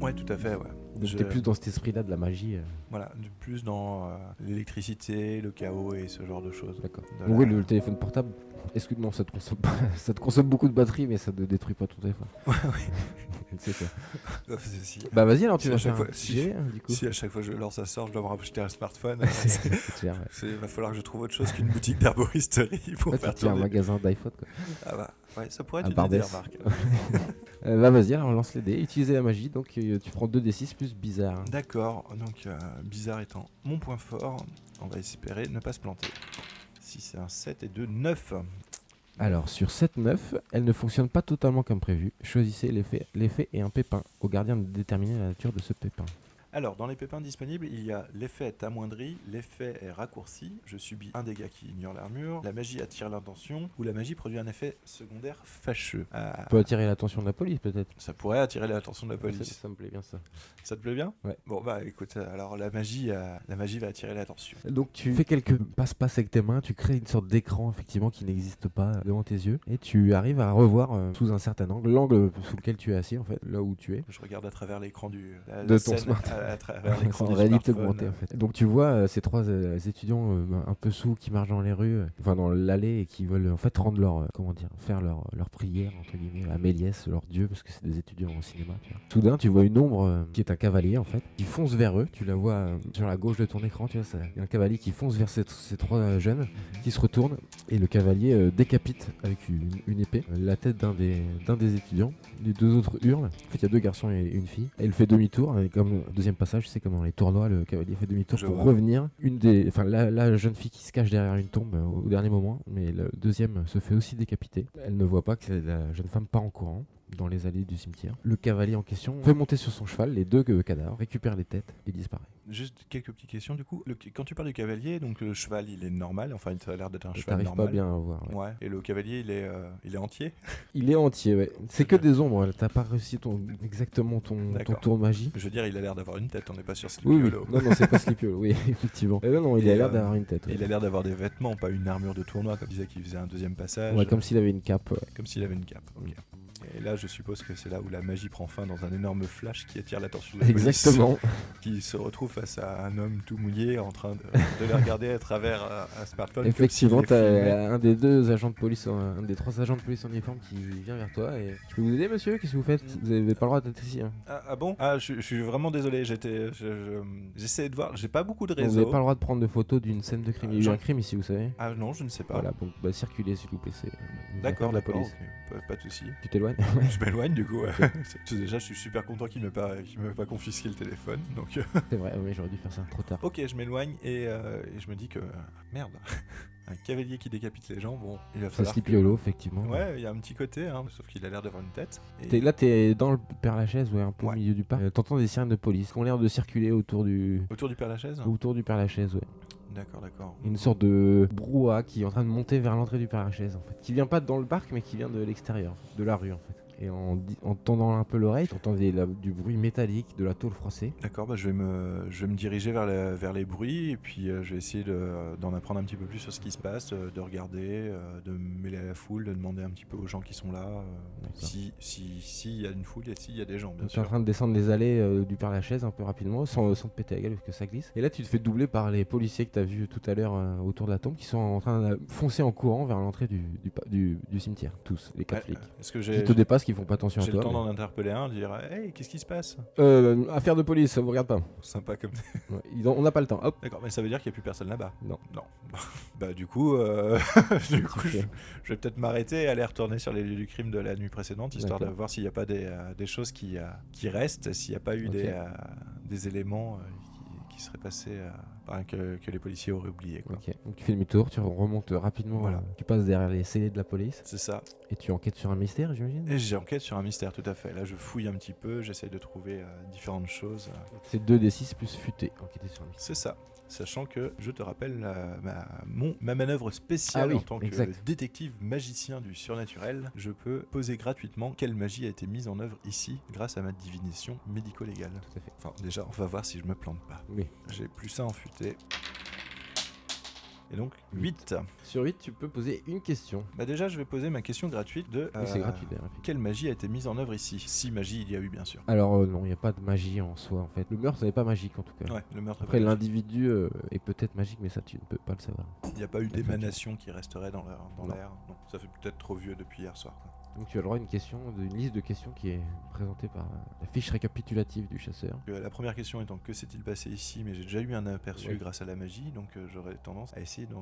Speaker 2: Ouais, tout à fait. Ouais.
Speaker 1: donc
Speaker 2: Je-
Speaker 1: T'es plus dans cet esprit-là de la magie. euh,
Speaker 2: Voilà, du plus dans euh, l'électricité, le chaos et ce genre de choses.
Speaker 1: D'accord.
Speaker 2: De
Speaker 1: Donc Oui,
Speaker 2: la-
Speaker 1: le, le téléphone portable. Est-ce que non, ça te consomme pas Ça te consomme beaucoup de batterie, mais ça ne détruit pas ton téléphone. C'est ça.
Speaker 2: si,
Speaker 1: Bah vas-y alors, tu
Speaker 2: Si,
Speaker 1: vas
Speaker 2: à chaque
Speaker 1: faire un
Speaker 2: fois,
Speaker 1: petit
Speaker 2: si-
Speaker 1: jet, hein, du coup.
Speaker 2: si à chaque fois je lance ça sort, je dois me racheter un smartphone. euh,
Speaker 1: C'est-
Speaker 2: c'est-
Speaker 1: c'est clair, ouais.
Speaker 2: c'est- Il va falloir que je trouve autre chose qu'une boutique d'arboristerie pour
Speaker 1: Là, Ah, tu
Speaker 2: faire
Speaker 1: tiens un
Speaker 2: tourner.
Speaker 1: magasin d'iPhone. quoi.
Speaker 2: Ah bah, ouais, ça pourrait
Speaker 1: Un
Speaker 2: être une idée,
Speaker 1: Barbès.
Speaker 2: remarque.
Speaker 1: Euh, bah vas-y, alors on lance les dés. Utiliser la magie, donc euh, tu prends 2d6 plus bizarre.
Speaker 2: D'accord, donc euh, bizarre étant mon point fort, on va espérer ne pas se planter. Si c'est un 7 et 2, 9.
Speaker 1: Alors sur 7-9, elle ne fonctionne pas totalement comme prévu. Choisissez l'effet, l'effet et un pépin au gardien de déterminer la nature de ce pépin.
Speaker 2: Alors, dans les pépins disponibles, il y a l'effet est amoindri, l'effet est raccourci, je subis un dégât qui ignore l'armure, la magie attire l'intention, ou la magie produit un effet secondaire fâcheux. Ah,
Speaker 1: Peut attirer l'attention de la police peut-être.
Speaker 2: ça pourrait attirer l'attention de la
Speaker 1: Ça,
Speaker 2: police.
Speaker 1: ça me plaît bien ça.
Speaker 2: Ça te plaît bien
Speaker 1: Ouais.
Speaker 2: Bon, bah écoute, euh, alors la magie, euh, la magie va attirer l'attention.
Speaker 1: Donc tu fais quelques passe-passe avec tes mains, tu crées une sorte d'écran effectivement qui n'existe pas devant tes yeux et tu arrives à revoir euh, sous un certain angle, l'angle sous lequel tu es assis en fait, là où tu es.
Speaker 2: Je regarde à travers l'écran du. la- la
Speaker 1: De ton
Speaker 2: scène,
Speaker 1: smartphone.
Speaker 2: À, à travers l'écran
Speaker 1: en
Speaker 2: du
Speaker 1: réalité
Speaker 2: smartphone.
Speaker 1: augmentée en fait. Donc tu vois euh, ces trois euh, étudiants euh, un peu sous qui marchent dans les rues, euh, enfin dans l'allée et qui veulent euh, en fait rendre leur euh, comment dire, faire leur, euh, leur prière entre guillemets à Méliès, leur dieu parce que c'est des étudiants au cinéma. tu vois. Soudain tu vois une ombre euh, qui est un cavalier en fait qui fonce vers eux. Tu la vois euh, sur la gauche de ton écran, tu vois ça. Il y a un cavalier qui fonce vers ces, ces trois euh, jeunes qui se retourne et le cavalier euh, décapite avec une, une épée euh, la tête d'un des, d'un des étudiants. Les deux autres hurlent. En fait, il y a deux garçons et une fille. Elle fait demi-tour. Et comme au deuxième passage, c'est comme dans les tournois, le cavalier fait demi-tour
Speaker 2: Je
Speaker 1: pour
Speaker 2: vois.
Speaker 1: revenir. Une des, enfin, la, la jeune fille qui se cache derrière une tombe euh, au dernier moment, mais le deuxième se fait aussi décapiter. Elle ne voit pas que c'est la jeune femme part en courant dans les allées du cimetière. Le cavalier en question fait monter sur son cheval les deux euh, cadavres, récupère les têtes et disparaît.
Speaker 2: Juste quelques petites questions du coup. Le- quand tu parles du cavalier, donc le cheval il est normal, enfin ça a l'air d'être un
Speaker 1: Je
Speaker 2: cheval
Speaker 1: t'arrive
Speaker 2: normal.
Speaker 1: pas bien à voir. ouais.
Speaker 2: Ouais. Et le cavalier il est, euh, il est entier.
Speaker 1: Il est entier, ouais. C'est que des ombres, là. t'as pas réussi ton, exactement ton, ton
Speaker 2: D'accord.
Speaker 1: tour de magie.
Speaker 2: Je veux dire, il a l'air d'avoir une tête, on n'est pas sûr si c'est le
Speaker 1: Oui, oui.
Speaker 2: piolo.
Speaker 1: Non, non, c'est pas Sleepy Hollow, oui, effectivement. Euh, non, non, il
Speaker 2: Et,
Speaker 1: a l'air
Speaker 2: euh,
Speaker 1: d'avoir une tête.
Speaker 2: Et
Speaker 1: ouais.
Speaker 2: Il a l'air d'avoir des vêtements, pas une armure de tournoi comme disait qu'il faisait un deuxième passage. euh,
Speaker 1: Ouais, comme s'il avait une cape. ouais.
Speaker 2: Comme s'il avait une cape. ok. Et là, je suppose que c'est là où la magie prend fin dans un énorme flash qui attire l'attention de la police,
Speaker 1: Exactement.
Speaker 2: qui se retrouve face à un homme tout mouillé en train de, de le regarder à travers euh, un smartphone. comme
Speaker 1: Effectivement,
Speaker 2: s'il était filmé.
Speaker 1: t'as un des deux agents de police, en- un des trois agents de police en uniforme qui vient vers toi et je peux vous aider, monsieur Qu'est-ce que vous faites Vous avez pas le droit d'être ici. Hein.
Speaker 2: Ah, ah bon Ah, je, je suis vraiment désolé. J'étais, je- je- j'essayais de voir. J'ai pas beaucoup de
Speaker 1: Vous avez
Speaker 2: réseau.
Speaker 1: pas le droit de prendre de photos d'une scène de crime. Il y a eu
Speaker 2: Jean-
Speaker 1: un crime ici, vous savez.
Speaker 2: Ah non, je ne sais pas.
Speaker 1: Voilà, donc bah, circulez s'il vous plaît. c'est- euh,
Speaker 2: D'accord,
Speaker 1: c'est la
Speaker 2: d'accord,
Speaker 1: police.
Speaker 2: ok. Pas, pas de souci.
Speaker 1: Tu t'éloignes
Speaker 2: Je m'éloigne du coup. ouais. Déjà, je suis super content qu'il m'ait pas, qu'il m'ait pas confisqué le téléphone. Donc, euh,
Speaker 1: C'est vrai, mais j'aurais dû faire ça trop tard.
Speaker 2: ok, je m'éloigne et, euh, et je me dis que merde, un cavalier qui décapite les gens. Bon, il va
Speaker 1: C'est
Speaker 2: falloir.
Speaker 1: Sleepy
Speaker 2: que-
Speaker 1: Hollow, effectivement.
Speaker 2: Ouais, il y a un petit côté, hein, sauf qu'il a l'air d'avoir une tête. Et-
Speaker 1: T'es- là, t'es dans le Père Lachaise, ouais, un peu au
Speaker 2: Ouais.
Speaker 1: milieu du parc. Euh, T'entends des sirènes de police qui ont l'air de circuler autour du
Speaker 2: Autour du père Lachaise.
Speaker 1: autour du Père Lachaise, ouais.
Speaker 2: D'accord, d'accord.
Speaker 1: Une sorte de brouhaha qui est en train de monter vers l'entrée du Père Lachaise, en fait. Qui vient pas dans le parc, mais qui vient de l'extérieur, de la rue, en fait. Et en, di- en tendant un peu l'oreille, t'entends des- la- du bruit métallique, de la tôle froissée.
Speaker 2: D'accord, bah, je, vais me, je vais me diriger vers, la- vers les bruits et puis euh, je vais essayer de- d'en apprendre un petit peu plus sur ce qui se passe, euh, de regarder, euh, de me mêler à la foule, de demander un petit peu aux gens qui sont là euh,
Speaker 1: D'accord.
Speaker 2: si si- s'il y a une foule et s'il y a des gens, bien
Speaker 1: Donc t'es en
Speaker 2: sûr.
Speaker 1: train de descendre les allées euh, du Père Lachaise un peu rapidement, sans, euh, sans te péter la gueule parce que ça glisse. Et là, tu te fais doubler par les policiers que t'as vus tout à l'heure euh, autour de la tombe, qui sont en train de foncer en courant vers l'entrée du, du pa- du- du cimetière, tous, les quatre
Speaker 2: Ouais,
Speaker 1: flics.
Speaker 2: Euh, Est-ce que
Speaker 1: Qui
Speaker 2: j'ai
Speaker 1: te dépassent, qui font pas attention à
Speaker 2: j'ai le
Speaker 1: toi.
Speaker 2: temps
Speaker 1: mais-
Speaker 2: d'en interpeller un, de dire Hey, qu'est-ce qui se passe
Speaker 1: Euh, affaire de police, ça vous regarde pas.
Speaker 2: Sympa comme
Speaker 1: Ouais, ils ont- on n'a pas le temps, hop.
Speaker 2: D'accord, mais ça veut dire qu'il n'y a plus personne là-bas
Speaker 1: Non.
Speaker 2: Non. bah du coup, euh, du coup je,
Speaker 1: fais
Speaker 2: je vais peut-être m'arrêter et aller retourner sur les lieux du crime de la nuit précédente, histoire de
Speaker 1: D'accord.
Speaker 2: voir s'il n'y a pas des, euh, des choses qui, euh, qui restent, s'il n'y a pas eu
Speaker 1: Ok.
Speaker 2: des, euh, des éléments euh, qui, qui seraient passés, euh, enfin, que, que les policiers auraient oubliés. quoi.
Speaker 1: Ok, donc tu fais demi-tour, tu remontes rapidement,
Speaker 2: Voilà.
Speaker 1: euh, tu passes derrière les scellés de la police
Speaker 2: C'est ça.
Speaker 1: et tu enquêtes sur un mystère, j'imagine
Speaker 2: Et j'enquête sur un mystère, tout à fait. Là, je fouille un petit peu, j'essaye de trouver euh, différentes choses.
Speaker 1: C'est 2d6 plus futé, enquêter sur un mystère.
Speaker 2: C'est ça. Sachant que, je te rappelle, euh, ma, mon- ma manœuvre spéciale
Speaker 1: Ah oui,
Speaker 2: en tant que
Speaker 1: exact.
Speaker 2: détective magicien du surnaturel, je peux poser gratuitement quelle magie a été mise en œuvre ici grâce à ma divination médico-légale.
Speaker 1: Tout à fait.
Speaker 2: Enfin, déjà, on va voir si je me plante pas.
Speaker 1: Oui.
Speaker 2: J'ai plus ça en futé. Et donc, 8.
Speaker 1: Sur 8, tu peux poser une question.
Speaker 2: Bah déjà, je vais poser ma question gratuite de...
Speaker 1: Oui, c'est
Speaker 2: euh,
Speaker 1: gratuit d'ailleurs. effectivement.
Speaker 2: Quelle magie a été mise en œuvre ici Si magie il y a eu, bien sûr.
Speaker 1: Alors euh, non, il n'y a pas de magie en soi en fait. Le meurtre n'est pas magique en tout cas.
Speaker 2: Ouais, le meurtre.
Speaker 1: Après l'individu euh, est peut-être magique mais ça tu ne peux pas le savoir.
Speaker 2: Il n'y a pas eu
Speaker 1: Ok.
Speaker 2: d'émanation qui resterait dans l'air. Dans
Speaker 1: Non.
Speaker 2: l'air. Non, ça fait peut-être trop vieux depuis hier soir. quoi.
Speaker 1: Donc tu as le droit à une question, une liste de questions qui est présentée par euh, la fiche récapitulative du chasseur.
Speaker 2: Euh, La première question étant que s'est-il passé ici Mais j'ai déjà eu un aperçu
Speaker 1: Ouais.
Speaker 2: grâce à la magie, donc euh, j'aurais tendance à essayer de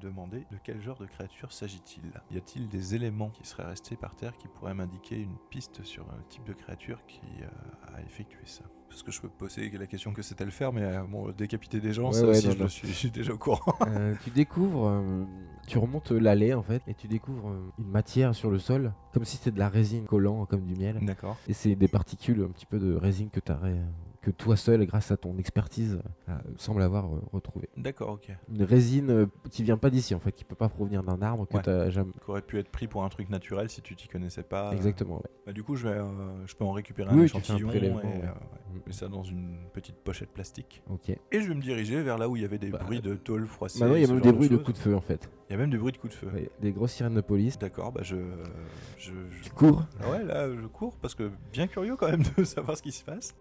Speaker 2: demander de quel genre de créature s'agit-il Y a-t-il des éléments qui seraient restés par terre qui pourraient m'indiquer une piste sur le type de créature qui euh, a effectué ça Parce que je peux poser la question que c'est-elle faire, mais euh, bon, décapiter des gens,
Speaker 1: Ouais,
Speaker 2: ça
Speaker 1: ouais,
Speaker 2: aussi
Speaker 1: non,
Speaker 2: je,
Speaker 1: non.
Speaker 2: le suis, je suis déjà au courant.
Speaker 1: Euh, tu découvres, euh, tu remontes l'allée en fait et tu découvres euh, une matière sur le sol comme si c'était de la résine collant comme du miel.
Speaker 2: D'accord.
Speaker 1: Et c'est des particules un petit peu de résine que, t'as ré- que toi seul, grâce à ton expertise, euh, semble avoir euh, retrouvé.
Speaker 2: D'accord, ok.
Speaker 1: Une résine euh, qui vient pas d'ici, en fait, qui peut pas provenir d'un arbre que
Speaker 2: Ouais.
Speaker 1: t'as jamais.
Speaker 2: Qui aurait pu être pris pour un truc naturel si tu t'y connaissais pas. euh,
Speaker 1: Exactement. ouais.
Speaker 2: Bah, du coup, je, vais, euh, je peux en récupérer un
Speaker 1: Oui, tu fais un
Speaker 2: échantillon et
Speaker 1: prélèvement, ouais.
Speaker 2: euh, ouais,
Speaker 1: Mm.
Speaker 2: mets ça dans une petite pochette plastique.
Speaker 1: Ok.
Speaker 2: Et je vais me diriger vers là où il y avait des
Speaker 1: Bah,
Speaker 2: bruits de tôle froissée.
Speaker 1: Maintenant, il y a
Speaker 2: ce
Speaker 1: même
Speaker 2: genre
Speaker 1: des bruits de,
Speaker 2: choses.
Speaker 1: coups de feu, en fait.
Speaker 2: Il y a même des bruits de coups de feu.
Speaker 1: Ouais, Des grosses sirènes de police.
Speaker 2: D'accord, bah je, je, je-
Speaker 1: Tu cours.
Speaker 2: Ah Ouais, là, je cours parce que bien curieux quand même de savoir ce qui se passe.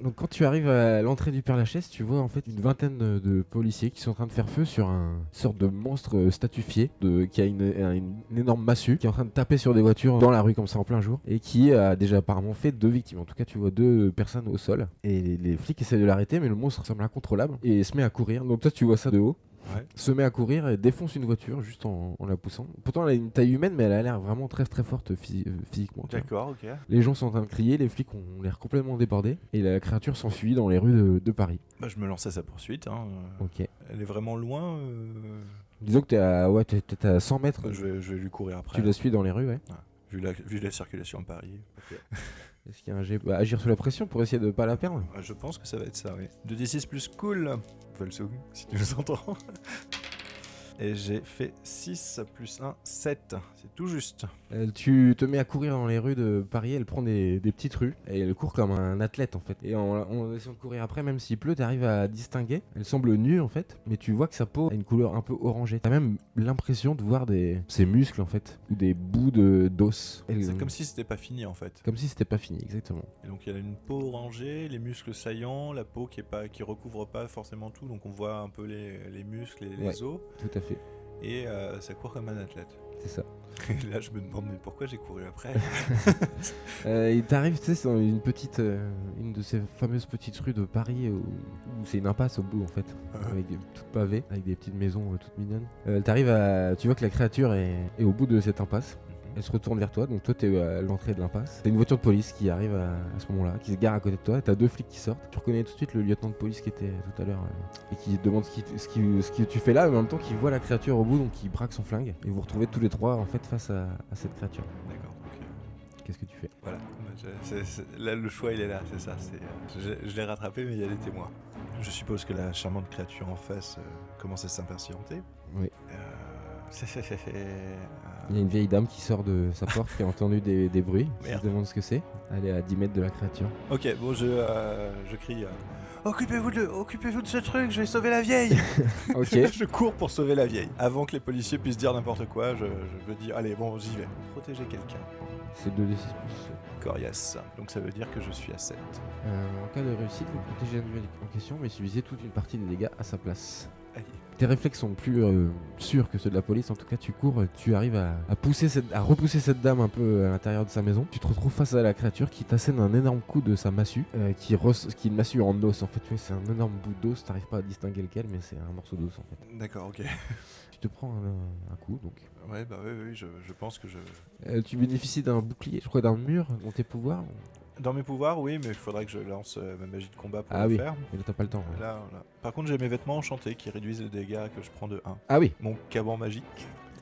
Speaker 1: Donc, quand tu arrives à l'entrée du Père Lachaise, tu vois en fait une vingtaine de, de policiers qui sont en train de faire feu sur un sorte de monstre euh, statufié de, qui a une, un- une- une énorme massue, qui est en train de taper sur des voitures dans la rue comme ça en plein jour, et qui a déjà apparemment fait deux victimes. En tout cas, tu vois deux personnes au sol, et les, les flics essaient de l'arrêter, mais le monstre semble incontrôlable et se met à courir. Donc, toi, tu vois ça de haut.
Speaker 2: Ouais.
Speaker 1: Se met à courir et défonce une voiture juste en, en la poussant. Pourtant, elle a une taille humaine, mais elle a l'air vraiment très très forte physi- euh, physiquement. tu vois.
Speaker 2: D'accord, ok.
Speaker 1: Les gens sont en train de crier, les flics ont l'air complètement débordés, et la créature s'enfuit dans les rues de, de Paris.
Speaker 2: Bah je me lance à sa poursuite. hein. Euh,
Speaker 1: Ok.
Speaker 2: Elle est vraiment loin. euh,
Speaker 1: Disons que t'es à, ouais, t'es- t'es à 100 mètres,
Speaker 2: Je, vais, je vais lui courir après.
Speaker 1: tu la suis dans les rues, ouais.
Speaker 2: vu, la, vu la circulation à Paris.
Speaker 1: Est-ce qu'il y a un jet bah, Agir sous la pression pour essayer de pas la perdre
Speaker 2: Ah, Je pense que ça va être ça, oui. 2d6 plus cool, Volsung, si tu nous entends. Et j'ai fait 6 plus 1, 7. C'est tout juste.
Speaker 1: Euh, Tu te mets à courir dans les rues de Paris, elle prend des, des petites rues, et elle court comme un athlète en fait. Et en, en essayant de courir après, même s'il pleut, t'arrives à distinguer. Elle semble nue en fait, mais tu vois que sa peau a une couleur un peu orangée. T'as même l'impression de voir des, ses muscles en fait, ou des bouts de- d'os. Elle-
Speaker 2: C'est comme si c'était pas fini en fait.
Speaker 1: comme si c'était pas fini, exactement.
Speaker 2: Et donc il y a une peau orangée, les muscles saillants, la peau qui est pas qui recouvre pas forcément tout, donc on voit un peu les, les muscles et les
Speaker 1: Ouais.
Speaker 2: os,
Speaker 1: Tout à fait,
Speaker 2: et euh, ça court comme un athlète.
Speaker 1: c'est ça.
Speaker 2: Et là je me demande mais pourquoi j'ai couru après
Speaker 1: Euh, et t'arrives, tu sais, c'est dans une petite, euh, une de ces fameuses petites rues de Paris où, où c'est une impasse au bout en fait, avec des, toutes pavées, avec des petites maisons euh, toutes mignonnes. Euh, t'arrives à, tu vois que la créature est, est au bout de cette impasse. Elle se retourne vers toi, donc toi t'es à l'entrée de l'impasse. T'as une voiture de police qui arrive à, à ce moment-là, qui se gare à côté de toi. et T'as deux flics qui sortent. Tu reconnais tout de suite le lieutenant de police qui était tout à l'heure euh, et qui te demande ce, qui, ce, qui- ce que tu fais là, mais en même temps qui voit la créature au bout, donc qui braque son flingue. Et vous vous retrouvez tous les trois en fait face à, à cette créature.
Speaker 2: D'accord. donc, euh,
Speaker 1: Qu'est-ce que tu fais
Speaker 2: Voilà. Bah, je- c'est- c'est- là le choix il est là, c'est ça. c'est, euh, je je l'ai rattrapé mais il y a des témoins. Je suppose que la charmante créature en face euh, commence à s'impatienter.
Speaker 1: Oui.
Speaker 2: Euh,
Speaker 1: Il y a une vieille dame qui sort de sa porte qui a entendu des, des bruits. qui se
Speaker 2: Merde.
Speaker 1: demande ce que c'est. Elle est à 10 mètres de la créature.
Speaker 2: Ok, bon, je, euh, je crie. euh, Occupez-vous de, occupez-vous de ce truc, je vais sauver la vieille.
Speaker 1: Ok.
Speaker 2: je cours pour sauver la vieille. Avant que les policiers puissent dire n'importe quoi, je, je me dis, allez, bon, j'y vais. Protéger quelqu'un.
Speaker 1: c'est 2d6 plus.
Speaker 2: Coriace. Donc ça veut dire que je suis à 7.
Speaker 1: Euh, en cas de réussite, vous protégez l'animal en question, mais subissez toute une partie des dégâts à sa place.
Speaker 2: Aïe.
Speaker 1: Tes réflexes sont plus euh, sûrs que ceux de la police. En tout cas, tu cours, euh, tu arrives à, à pousser cette- à repousser cette dame un peu euh, à l'intérieur de sa maison. Tu te retrouves face à la créature qui t'assène un énorme coup de sa massue, euh, qui, res- qui est une massue en os. En fait, tu vois, c'est un énorme bout d'os. T'arrives pas à distinguer lequel, mais c'est un morceau d'os en fait.
Speaker 2: D'accord, ok.
Speaker 1: Tu te prends un, un coup, donc.
Speaker 2: Ouais, bah oui, oui, je, je pense que je.
Speaker 1: Euh, tu bénéficies d'un bouclier, je crois, d'un mur dans tes pouvoirs.
Speaker 2: Dans mes pouvoirs, oui, mais il faudrait que je lance euh, ma magie de combat pour
Speaker 1: Ah
Speaker 2: le
Speaker 1: oui.
Speaker 2: faire.
Speaker 1: Mais là, t'as pas le temps. ouais.
Speaker 2: Là, là. Par contre, j'ai mes vêtements enchantés qui réduisent les dégâts que je prends de 1.
Speaker 1: Ah oui,
Speaker 2: Mon caban magique.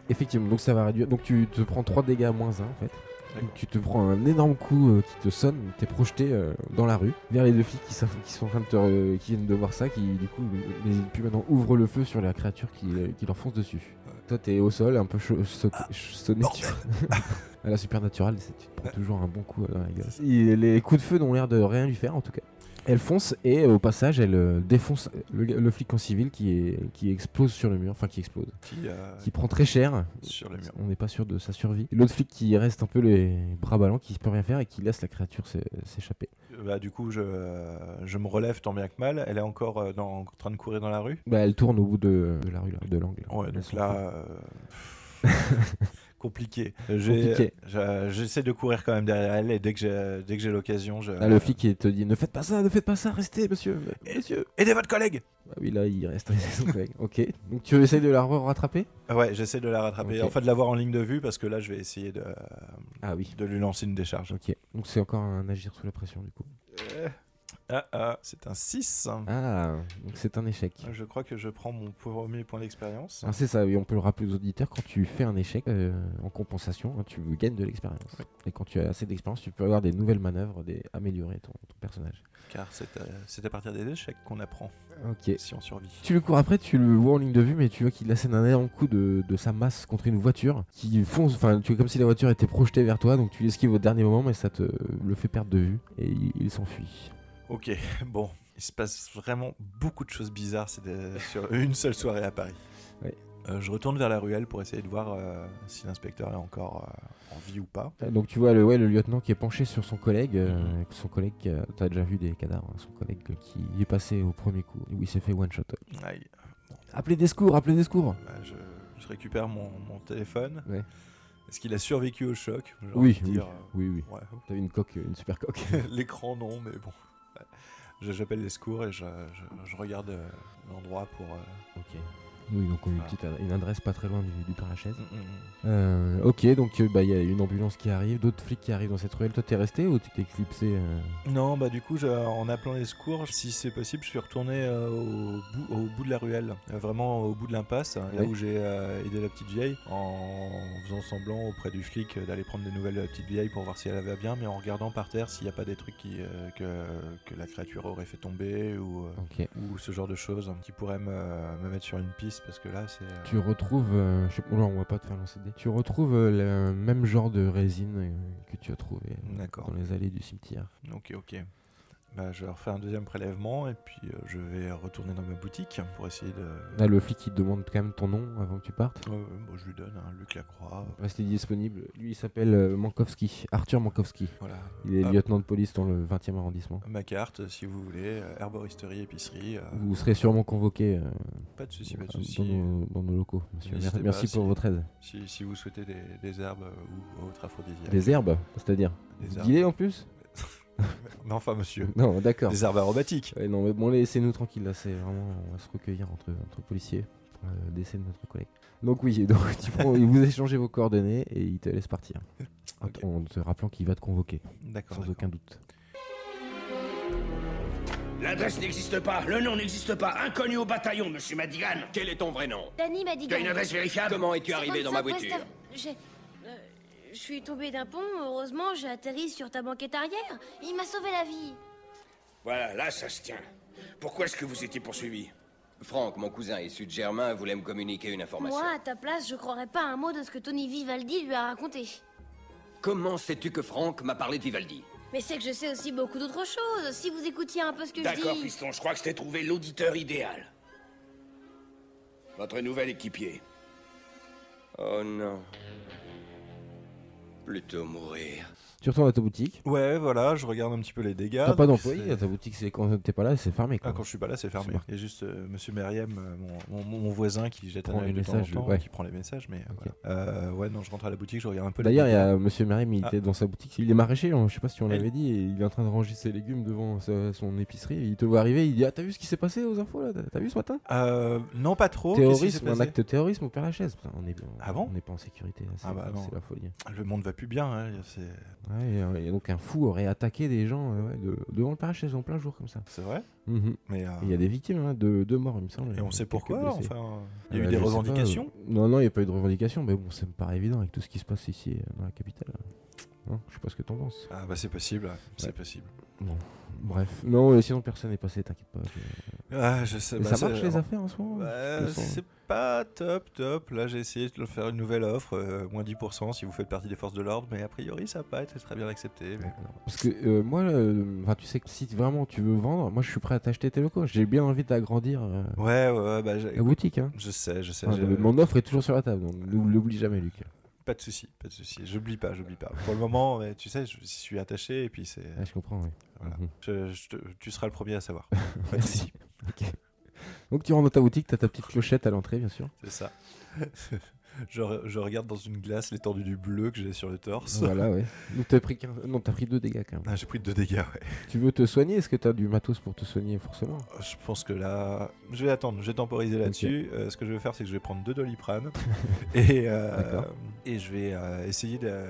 Speaker 1: effectivement. Donc ça va réduire. Donc tu te prends 3 dégâts moins 1 en fait.
Speaker 2: D'accord.
Speaker 1: Donc tu te prends un énorme coup euh, qui te sonne, t'es projeté euh, dans la rue, vers les deux flics qui, savent- qui sont en train de te, re- qui viennent de voir ça, qui du coup n'hésitent plus maintenant, ouvrent le feu sur la créature qui, euh, Ah. qui leur fonce dessus.
Speaker 2: Ouais.
Speaker 1: Toi t'es au sol, un peu cho- sauté- ch- sonné. tu vois. à la supernaturale, c'est- tu te prends toujours un bon coup euh, dans la gueule. Il- les coups de feu n'ont l'air de rien lui faire en tout cas. Elle fonce et au passage elle euh, défonce le, le flic en civil qui, est, qui explose sur le mur, enfin qui explose,
Speaker 2: Qui, euh,
Speaker 1: qui prend très cher
Speaker 2: Sur le mur.
Speaker 1: on n'est pas sûr de sa survie. Et L'autre flic qui reste un peu les bras ballants, qui peut rien faire et qui laisse la créature s'é- s'échapper.
Speaker 2: Bah, du coup, je, euh, je me relève tant bien que mal. Elle est encore euh, dans- en train de courir dans la rue.
Speaker 1: Bah, elle tourne au bout de, de la rue, là, de l'angle.
Speaker 2: Ouais,
Speaker 1: Elle
Speaker 2: donc
Speaker 1: s'en fout.
Speaker 2: là. euh, Compliqué. Euh, J'ai-
Speaker 1: Compliqué.
Speaker 2: j'a- J'essaie de courir quand même derrière elle et dès que j'ai dès que j'ai l'occasion, je.
Speaker 1: Là, Ah, le flic il te dit ne faites pas ça, ne faites pas ça, restez monsieur, monsieur.
Speaker 2: Aidez votre collègue
Speaker 1: Bah oui là il reste avec son collègue. Ok. Donc tu essayes de la re- rattraper
Speaker 2: Ah Ouais, j'essaie de la rattraper.
Speaker 1: Ok.
Speaker 2: En fait, de l'avoir en ligne de vue parce que là, je vais essayer de,
Speaker 1: Ah oui.
Speaker 2: de lui lancer une décharge.
Speaker 1: Ok. Donc c'est encore un agir sous la pression du coup.
Speaker 2: Ah, ah, c'est un 6.
Speaker 1: Ah donc c'est un échec.
Speaker 2: Je crois que je prends mon premier point d'expérience.
Speaker 1: Ah, c'est ça, oui, on peut le rappeler aux auditeurs, quand tu fais un échec euh, en compensation, hein, tu gagnes de l'expérience. Et quand tu as assez d'expérience, tu peux avoir des nouvelles manœuvres, des... améliorer ton, ton personnage.
Speaker 2: Car c'est à, c'est à partir des échecs qu'on apprend
Speaker 1: Ok.
Speaker 2: si on survit.
Speaker 1: Tu le cours après, tu le vois en ligne de vue, mais tu vois qu'il assène un énorme coup de, de sa masse contre une voiture qui fonce, enfin, tu vois comme si la voiture était projetée vers toi, donc tu l'esquives au dernier moment, mais ça te le fait perdre de vue et il, il s'enfuit.
Speaker 2: Ok, bon. Il se passe vraiment beaucoup de choses bizarres c'est de- sur une seule soirée à Paris.
Speaker 1: Ouais.
Speaker 2: Euh, je retourne vers la ruelle pour essayer de voir euh, si l'inspecteur est encore euh, en vie ou pas.
Speaker 1: Euh, Donc tu vois le, ouais, le lieutenant qui est penché sur son collègue, euh, son collègue, qui a- t'as déjà vu des cadavres, hein, son collègue qui est passé au premier coup, où il s'est fait one shot.
Speaker 2: Aïe.
Speaker 1: Appelez des secours, appelez des secours
Speaker 2: Bah, je, je récupère mon, mon téléphone.
Speaker 1: Ouais.
Speaker 2: Est-ce qu'il a survécu au choc J'ai
Speaker 1: Oui,
Speaker 2: envie de dire,
Speaker 1: Oui, oui.
Speaker 2: euh, ouais,
Speaker 1: T'avais une coque, une super coque.
Speaker 2: L'écran, non, mais bon. Ouais. Je- J'appelle les secours et je, je- je regarde euh, l'endroit pour. euh,
Speaker 1: ok. Oui, donc on a une,
Speaker 2: Ah.
Speaker 1: petite, ad- une adresse pas très loin du, du parachèse.
Speaker 2: mm, mm.
Speaker 1: Euh, ok, donc il bah, il y a une ambulance qui arrive, d'autres flics qui arrivent dans cette ruelle. Toi, t'es resté ou tu t'es éclipsé euh
Speaker 2: Non, bah du coup, je- en appelant les secours, si c'est possible, je suis retourné euh, au, bout, au bout de la ruelle, euh, vraiment au bout de l'impasse, là
Speaker 1: Oui.
Speaker 2: où j'ai euh, aidé la petite vieille, en faisant semblant auprès du flic euh, d'aller prendre des nouvelles de la petite vieille pour voir si elle va bien, mais en regardant par terre s'il n'y a pas des trucs qui, euh, que, que la créature aurait fait tomber ou, euh,
Speaker 1: Ok.
Speaker 2: ou ce genre de choses hein, qui pourraient me, me mettre sur une piste parce que là, c'est. euh,
Speaker 1: Tu retrouves, euh, je sais pas, là, on va pas te faire lancer de dés. Tu retrouves euh, le même genre de résine euh, que tu as trouvé euh,
Speaker 2: D'accord.
Speaker 1: dans les allées du cimetière.
Speaker 2: Ok, ok. Bah, je vais refaire un deuxième prélèvement et puis euh, je vais retourner dans ma boutique pour essayer de.
Speaker 1: Là, Ah, le flic, il te demande quand même ton nom avant que tu partes.
Speaker 2: Ouais, ouais, bon, Euh, je lui donne, hein, Luc Lacroix. euh,
Speaker 1: Restez disponible. Lui, il s'appelle euh, Mankowski, Arthur Mankowski.
Speaker 2: Voilà.
Speaker 1: Il est
Speaker 2: Hop.
Speaker 1: lieutenant de police dans le 20e arrondissement.
Speaker 2: Ma carte, si vous voulez, euh, herboristerie, épicerie. euh,
Speaker 1: Vous serez sûrement convoqué euh,
Speaker 2: Pas de souci,
Speaker 1: euh,
Speaker 2: pas de
Speaker 1: dans,
Speaker 2: souci.
Speaker 1: nos, dans nos locaux, monsieur.
Speaker 2: N'hésitez
Speaker 1: Mer-
Speaker 2: pas,
Speaker 1: Merci
Speaker 2: si-
Speaker 1: pour votre aide.
Speaker 2: Si, si vous souhaitez des, des herbes euh, ou autres aphrodisiaques.
Speaker 1: Des herbes, c'est-à-dire
Speaker 2: Des
Speaker 1: Vous
Speaker 2: herbes.
Speaker 1: guidez en plus
Speaker 2: Mais enfin, monsieur.
Speaker 1: Non, d'accord.
Speaker 2: Des herbes aromatiques.
Speaker 1: Ouais, non, mais bon, laissez-nous tranquille, là, c'est vraiment. On va se recueillir entre, entre policiers pour le décès de notre collègue. Donc, oui, donc, tu prends, vous échangez vos coordonnées et il te laisse partir. En-
Speaker 2: Ok.
Speaker 1: En te rappelant qu'il va te convoquer,
Speaker 2: D'accord.
Speaker 1: sans
Speaker 2: d'accord.
Speaker 1: aucun doute.
Speaker 7: L'adresse n'existe pas, le nom n'existe pas. Inconnu au bataillon, monsieur Madigan.
Speaker 8: Quel est ton vrai nom
Speaker 9: Danny m'a dit
Speaker 7: T'as une adresse vérifiable
Speaker 8: Comment es-tu
Speaker 9: C'est
Speaker 8: arrivé
Speaker 9: comme
Speaker 8: dans
Speaker 9: ça,
Speaker 8: ma
Speaker 9: Gustave.
Speaker 8: voiture
Speaker 9: J'ai- euh, Je suis tombée d'un pont, heureusement j'ai atterri sur ta banquette arrière. Il m'a sauvé la vie.
Speaker 7: Voilà, là ça se tient. Pourquoi est-ce que vous étiez poursuivi
Speaker 8: Franck, mon cousin issu de Germain, voulait me communiquer une information.
Speaker 9: Moi, à ta place, je croirais pas un mot de ce que Tony Vivaldi lui a raconté.
Speaker 8: Comment sais-tu que Franck m'a parlé de Vivaldi
Speaker 9: Mais c'est que je sais aussi beaucoup d'autres choses. Si vous écoutiez un peu ce que je
Speaker 7: D'accord,
Speaker 9: dis.
Speaker 7: fiston, je crois que je t'ai trouvé l'auditeur idéal. Votre nouvel équipier.
Speaker 8: Oh non. Plutôt mourir.
Speaker 1: Tu retournes à ta boutique.
Speaker 2: Ouais, voilà, je regarde un petit peu les dégâts.
Speaker 1: T'as pas
Speaker 2: Ah, donc
Speaker 1: d'employé,
Speaker 2: c'est-
Speaker 1: ta boutique, c'est quand t'es pas là, c'est fermé.
Speaker 2: Ah,
Speaker 1: Quoi.
Speaker 2: quand je suis pas là, c'est fermé.
Speaker 1: C'est marqué.
Speaker 2: Il y a juste euh, Monsieur Meriem, euh, mon, mon- mon voisin, qui jette un
Speaker 1: Prend
Speaker 2: œil
Speaker 1: les
Speaker 2: de temps en
Speaker 1: messages,
Speaker 2: temps,
Speaker 1: ouais.
Speaker 2: qui prend les messages. Mais euh, voilà. Euh, ouais, non, je rentre à la boutique, je regarde un peu. les
Speaker 1: D'ailleurs, il y
Speaker 2: dégâts.
Speaker 1: a Monsieur Meriem, il
Speaker 2: Ah.
Speaker 1: était dans sa boutique. Il est maraîcher, on- je sais pas si on
Speaker 2: Elle-
Speaker 1: l'avait dit, et il est en train de ranger ses légumes devant sa- son épicerie. Il te voit arriver, il dit Ah, t'as vu ce qui s'est passé aux infos là T'as- T'as vu ce matin
Speaker 2: Euh, non, pas trop. qu'est-ce qui s'est
Speaker 1: Terrorisme, un
Speaker 2: passé
Speaker 1: acte de terrorisme au Père Lachaise. Putain, on est, on,
Speaker 2: Ah bon
Speaker 1: on est pas en sécurité, là, c'est
Speaker 2: Ah bah non.
Speaker 1: c'est la folie.
Speaker 2: Le monde va plus bien. hein, c'est-
Speaker 1: Ouais, et, euh, et donc un fou aurait attaqué des gens euh, ouais, de- devant le Père Lachaise en plein jour comme ça.
Speaker 2: C'est vrai.
Speaker 1: Mhm. Et
Speaker 2: Mais euh,
Speaker 1: Il y a des victimes, hein, deux, deux morts, il me semble.
Speaker 2: et on sait
Speaker 1: quelques
Speaker 2: pourquoi.
Speaker 1: blessés.
Speaker 2: Enfin, il y a
Speaker 1: Euh,
Speaker 2: eu des
Speaker 1: je sais pas,
Speaker 2: revendications.
Speaker 1: euh, Non, non, il n'y a pas eu de revendications, mais bon, ça me paraît évident avec tout ce qui se passe ici euh, dans la capitale. Non, je sais pas ce que t'en penses.
Speaker 2: Ah bah c'est possible, c'est
Speaker 1: Ouais.
Speaker 2: possible.
Speaker 1: Bref, non, euh, sinon personne n'est passé, t'inquiète pas. je-
Speaker 2: Ah, je sais.
Speaker 1: Mais
Speaker 2: bah,
Speaker 1: ça marche
Speaker 2: c'est-
Speaker 1: les affaires en ce moment
Speaker 2: Bah,
Speaker 1: façon.
Speaker 2: c'est pas top, top. Là, j'ai essayé de leur faire une nouvelle offre, euh, moins 10% si vous faites partie des forces de l'ordre, mais a priori, ça n'a pas été très bien accepté. mais-
Speaker 1: Parce que euh, moi, euh, enfin, tu sais que si vraiment tu veux vendre, moi je suis prêt à t'acheter tes locaux. J'ai bien envie d'agrandir euh,
Speaker 2: Ouais, ouais, ouais, bah, j'ai-
Speaker 1: la boutique. Hein.
Speaker 2: je sais, je sais.
Speaker 1: Enfin,
Speaker 2: j'ai-
Speaker 1: le- mon offre est toujours sur la table, donc ne l'oublie jamais, Luc.
Speaker 2: Pas de souci, pas de souci. J'oublie pas, j'oublie pas. Pour le moment, mais tu sais, je j'y suis attaché et puis c'est.
Speaker 1: Ah, je comprends, oui.
Speaker 2: Voilà.
Speaker 1: Mhm.
Speaker 2: Je- je te- tu seras le premier à savoir. Pas de souci,
Speaker 1: Donc tu rentres dans ta boutique, t'as ta petite clochette à l'entrée, bien sûr.
Speaker 2: c'est ça. je, re- je regarde dans une glace l'étendue du bleu que j'ai sur le torse.
Speaker 1: voilà, ouais. Donc t'as pris, quinze- non, t'as pris deux dégâts quand même.
Speaker 2: Ah, j'ai pris deux dégâts, ouais.
Speaker 1: Tu veux te soigner Est-ce que t'as du matos pour te soigner, forcément
Speaker 2: Euh, Je pense que là, je vais attendre, je vais temporiser là-dessus. Euh, ce que je vais faire, c'est que je vais prendre deux doliprane et, euh,
Speaker 1: D'accord.
Speaker 2: et je vais euh, essayer d'a-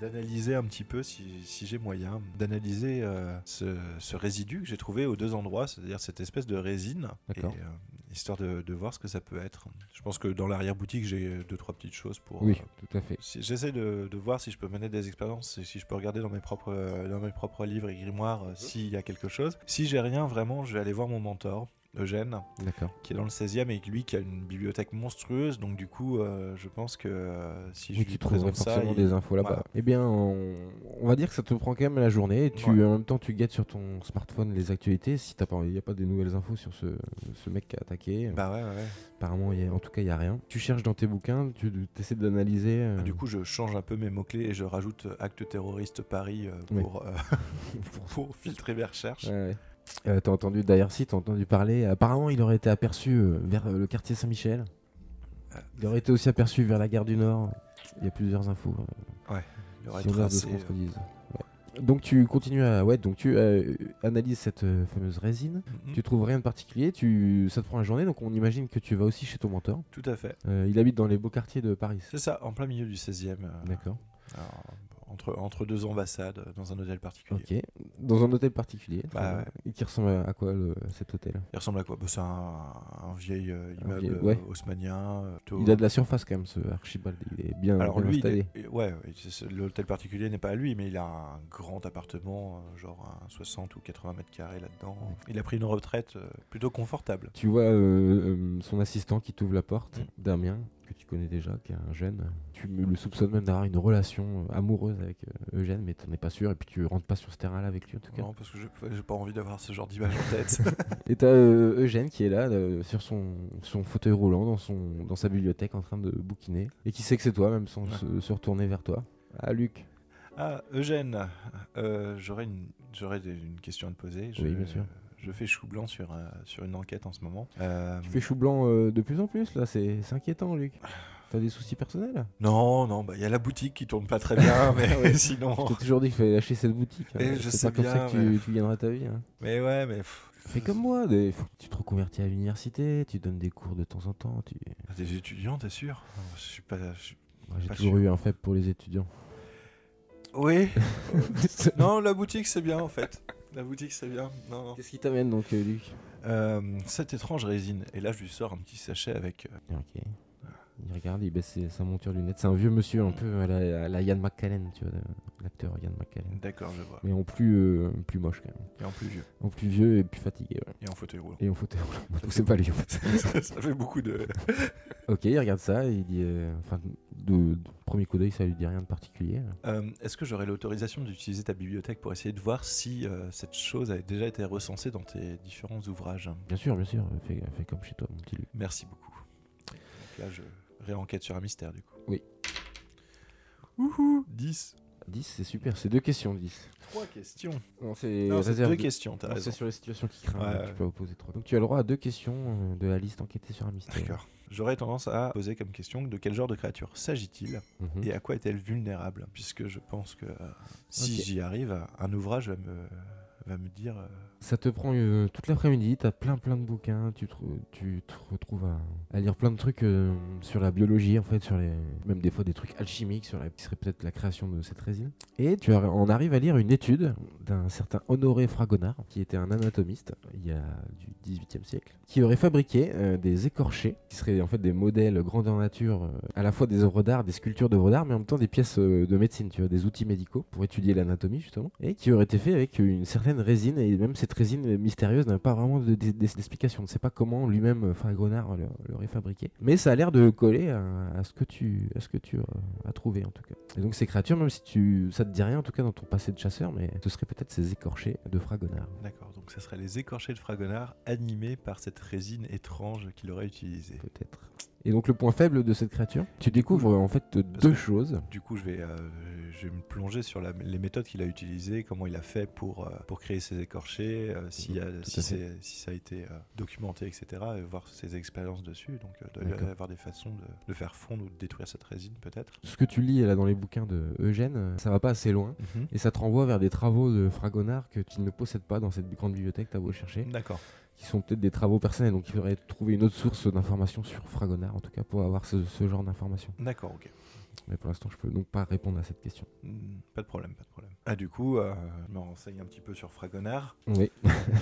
Speaker 2: d'analyser un petit peu, si, si j'ai moyen, d'analyser euh, ce, ce résidu que j'ai trouvé aux deux endroits, c'est-à-dire cette espèce de résine, et,
Speaker 1: D'accord.
Speaker 2: euh, histoire de, de voir ce que ça peut être. Je pense que dans l'arrière-boutique, j'ai deux, trois petites choses pour.
Speaker 1: Oui,
Speaker 2: euh,
Speaker 1: tout à fait.
Speaker 2: si- J'essaie de, de voir si je peux mener des expériences, et si je peux regarder dans mes propres, euh, dans mes propres livres et grimoires euh, s'il y a quelque chose. Si j'ai rien, vraiment, je vais aller voir mon mentor, Eugène,
Speaker 1: D'accord.
Speaker 2: qui est dans le 16e et lui qui a une bibliothèque monstrueuse. Donc, du coup, euh, je pense que euh, si je
Speaker 1: Oui,
Speaker 2: lui
Speaker 1: tu trouverais
Speaker 2: présente ça.
Speaker 1: forcément
Speaker 2: il-
Speaker 1: des infos là-bas.
Speaker 2: voilà.
Speaker 1: Eh bien, on... on va dire que ça te prend quand même la journée. Et tu,
Speaker 2: Ouais.
Speaker 1: En même temps, tu guettes sur ton smartphone les actualités. Si t'as pas, il n'y a pas des nouvelles infos sur ce, ce mec qui a attaqué. euh,
Speaker 2: Bah ouais, ouais, ouais.
Speaker 1: Apparemment, il y a- en tout cas, il y a rien. Tu cherches dans tes bouquins, tu essaies d'analyser. euh,
Speaker 2: Ah, Du coup, je change un peu mes mots-clés et je rajoute euh, acte terroriste Paris euh,
Speaker 1: Oui.
Speaker 2: pour, euh, pour, pour filtrer mes recherches.
Speaker 1: ouais, ouais. Euh, t'as entendu d'ailleurs si t'as entendu parler. Apparemment, il aurait été aperçu euh, vers euh, le quartier Saint-Michel. Il aurait été aussi aperçu vers la gare du Nord. Il y a plusieurs infos. euh,
Speaker 2: Il aurait
Speaker 1: Si on regarde ce
Speaker 2: tracé,
Speaker 1: qu'on
Speaker 2: euh,
Speaker 1: se redise. Ouais. Donc tu continues à ouais donc tu euh, analyses cette euh, fameuse résine.
Speaker 2: mhm,
Speaker 1: Tu trouves rien de particulier. Tu ça te prend la journée donc on imagine que tu vas aussi chez ton mentor.
Speaker 2: Tout à fait.
Speaker 1: Euh, il habite dans les beaux quartiers de Paris.
Speaker 2: C'est ça, en plein milieu du 16e. euh,
Speaker 1: D'accord.
Speaker 2: Alors, entre, entre deux ambassades, euh, dans un hôtel particulier.
Speaker 1: Ok. Dans un hôtel particulier. très
Speaker 2: Bah
Speaker 1: bien. Et qui ressemble à à quoi le- cet hôtel
Speaker 2: Il ressemble à quoi Bah, C'est un, un vieil euh,
Speaker 1: Un
Speaker 2: immeuble
Speaker 1: vieil- ouais.
Speaker 2: euh, haussmannien. euh, plutôt- euh,
Speaker 1: Il a de la surface quand même ce Archibald. Il est bien,
Speaker 2: Alors
Speaker 1: bien
Speaker 2: lui, il
Speaker 1: installé.
Speaker 2: est- ouais, ouais, c'est- c'est- l'hôtel particulier n'est pas à lui, mais il a un grand appartement, euh, genre un 60 ou 80 mètres carrés là-dedans. Il a pris une retraite euh, plutôt confortable.
Speaker 1: Tu vois euh, euh, son assistant qui t'ouvre la porte,
Speaker 2: Mm.
Speaker 1: Damien, que tu connais déjà, qui est un jeune. Tu me le soupçonnes même d'avoir une relation euh, amoureuse avec euh, Eugène, mais t'en es pas sûr, et puis tu rentres pas sur ce terrain-là avec lui en tout cas.
Speaker 2: Non, parce que j'ai j'ai pas envie d'avoir ce genre d'image en tête.
Speaker 1: Et t'as euh, Eugène qui est là, euh, sur son, son fauteuil roulant, dans, son, dans sa bibliothèque, en train de bouquiner, et qui sait que c'est toi, même sans
Speaker 2: Ouais.
Speaker 1: se, se retourner vers toi. Ah, Luc
Speaker 2: Ah, Eugène, euh, j'aurais une, j'aurais des- une question à te poser. Je,
Speaker 1: Oui, bien sûr.
Speaker 2: Je fais chou blanc sur, euh, sur une enquête en ce moment. Euh,
Speaker 1: Tu fais chou blanc euh, de plus en plus, là, c'est c'est inquiétant, Luc. T'as des soucis personnels
Speaker 2: Non, non, bah il y a la boutique qui tourne pas très bien, mais
Speaker 1: Ouais.
Speaker 2: sinon.
Speaker 1: Je t'ai toujours dit qu'il fallait lâcher cette boutique. hein.
Speaker 2: Eh, je
Speaker 1: C'est
Speaker 2: sais
Speaker 1: pas comme ça
Speaker 2: bien,
Speaker 1: que tu,
Speaker 2: mais-
Speaker 1: tu gagneras ta vie. hein.
Speaker 2: Mais ouais, mais pff,
Speaker 1: Fais comme moi, des... faut que tu te reconvertis à l'université, tu donnes des cours de temps en temps. Tu...
Speaker 2: Ah, des étudiants, t'es sûr Je suis pas. je suis-
Speaker 1: Moi, J'ai
Speaker 2: Pas
Speaker 1: toujours
Speaker 2: sûr.
Speaker 1: eu un faible pour les étudiants.
Speaker 2: Oui.
Speaker 1: Qu'est-ce
Speaker 2: non, la boutique c'est bien en fait. La boutique c'est bien. Non. non.
Speaker 1: qui t'amène donc, euh, Luc
Speaker 2: Euh, cette étrange résine. Et là, je lui sors un petit sachet avec euh,
Speaker 1: Ok. Il regarde, il baisse ses- sa monture lunette. C'est un vieux monsieur un peu à la, à la Ian McKellen, tu vois, le- l'acteur Ian McKellen.
Speaker 2: D'accord, je vois.
Speaker 1: Mais en plus, euh, plus moche quand même.
Speaker 2: Et en plus vieux.
Speaker 1: En plus vieux et plus fatigué. ouais.
Speaker 2: Et en fauteuil roulant.
Speaker 1: Et en fauteuil. Donc c'est pas lui en fait.
Speaker 2: ça fait beaucoup de.
Speaker 1: Ok, il regarde ça et il dit. euh, Enfin, de, de premier coup d'œil, ça lui dit rien de particulier.
Speaker 2: Euh, Est-ce que j'aurais l'autorisation d'utiliser ta bibliothèque pour essayer de voir si euh, cette chose avait déjà été recensée dans tes différents ouvrages
Speaker 1: Bien sûr, bien sûr, fais, fais comme chez toi, mon petit Luc.
Speaker 2: Merci beaucoup. Donc là, je réenquête sur un mystère du coup.
Speaker 1: Oui.
Speaker 2: Ouhou 10.
Speaker 1: 10, c'est super, c'est deux questions 10.
Speaker 2: 3 questions.
Speaker 1: Non, c'est
Speaker 2: Non, c'est
Speaker 1: réservé.
Speaker 2: deux questions, t'as
Speaker 1: Non,
Speaker 2: raison.
Speaker 1: C'est sur les situations qui craignent,
Speaker 2: Ouais,
Speaker 1: donc tu
Speaker 2: ouais.
Speaker 1: peux opposer trois. Donc tu as le droit à deux questions euh, de la liste enquêtée sur un mystère.
Speaker 2: D'accord. J'aurais tendance à poser comme question de quel genre de créature s'agit-il
Speaker 1: Mhm.
Speaker 2: et à quoi est-elle vulnérable Puisque je pense que euh, si
Speaker 1: Ok.
Speaker 2: j'y arrive, un ouvrage va me, va me dire. euh,
Speaker 1: Ça te prend euh, toute l'après-midi, t'as plein plein de bouquins, tu te, tu te retrouves à, à lire plein de trucs euh, sur la biologie en fait, sur les, même des fois des trucs alchimiques sur la, qui serait peut-être la création de cette résine. Et tu arri- on arrive à lire une étude d'un certain Honoré Fragonard, qui était un anatomiste il y a du 18e siècle, qui aurait fabriqué euh, des écorchés, qui seraient en fait des modèles grandeur nature, euh, à la fois des œuvres d'art, des sculptures d'œuvres d'art, mais en même temps des pièces euh, de médecine, tu vois, des outils médicaux pour étudier l'anatomie justement, et qui auraient été faits avec une certaine résine, et même cette résine mystérieuse n'a pas vraiment de- de- d'explication. On ne sait pas comment lui-même euh, Fragonard le- l'aurait fabriqué, mais ça a l'air de coller à, à ce que tu, à ce que tu euh, as trouvé en tout cas. Et donc ces créatures, même si tu, ça te dit rien en tout cas dans ton passé de chasseur, mais ce serait peut-être ces écorchés de Fragonard.
Speaker 2: D'accord, donc ça serait les écorchés de Fragonard animés par cette résine étrange qu'il aurait utilisée.
Speaker 1: peut-être. Et donc le point faible de cette créature, tu découvres euh, en fait euh, deux
Speaker 2: que-
Speaker 1: choses.
Speaker 2: Du coup, je vais, euh, je vais me plonger sur la- les méthodes qu'il a utilisées, comment il a fait pour, euh, pour créer ses écorchés, euh, s'il y a-
Speaker 1: Mhm. Tout
Speaker 2: si,
Speaker 1: à fait.
Speaker 2: c'est- si ça a été euh, documenté, etc. Et voir ses expériences dessus. Donc, euh, il doit y
Speaker 1: D'accord.
Speaker 2: avoir des façons de, de faire fondre ou de détruire cette résine, peut-être.
Speaker 1: Ce que tu lis là dans les bouquins de Eugène, euh, ça va pas assez loin. Et ça te renvoie vers des travaux de Fragonard que tu ne possèdes pas dans cette grande bibliothèque, t'as beau chercher,
Speaker 2: D'accord.
Speaker 1: qui sont peut-être des travaux personnels, donc il faudrait trouver une autre source d'informations sur Fragonard, en tout cas pour avoir ce, ce genre d'informations.
Speaker 2: D'accord, ok.
Speaker 1: Mais pour l'instant, je peux donc pas répondre à cette question.
Speaker 2: Hmm, Pas de problème, pas de problème. Ah, du coup, euh, je me renseigne un petit peu sur Fragonard.
Speaker 1: Oui.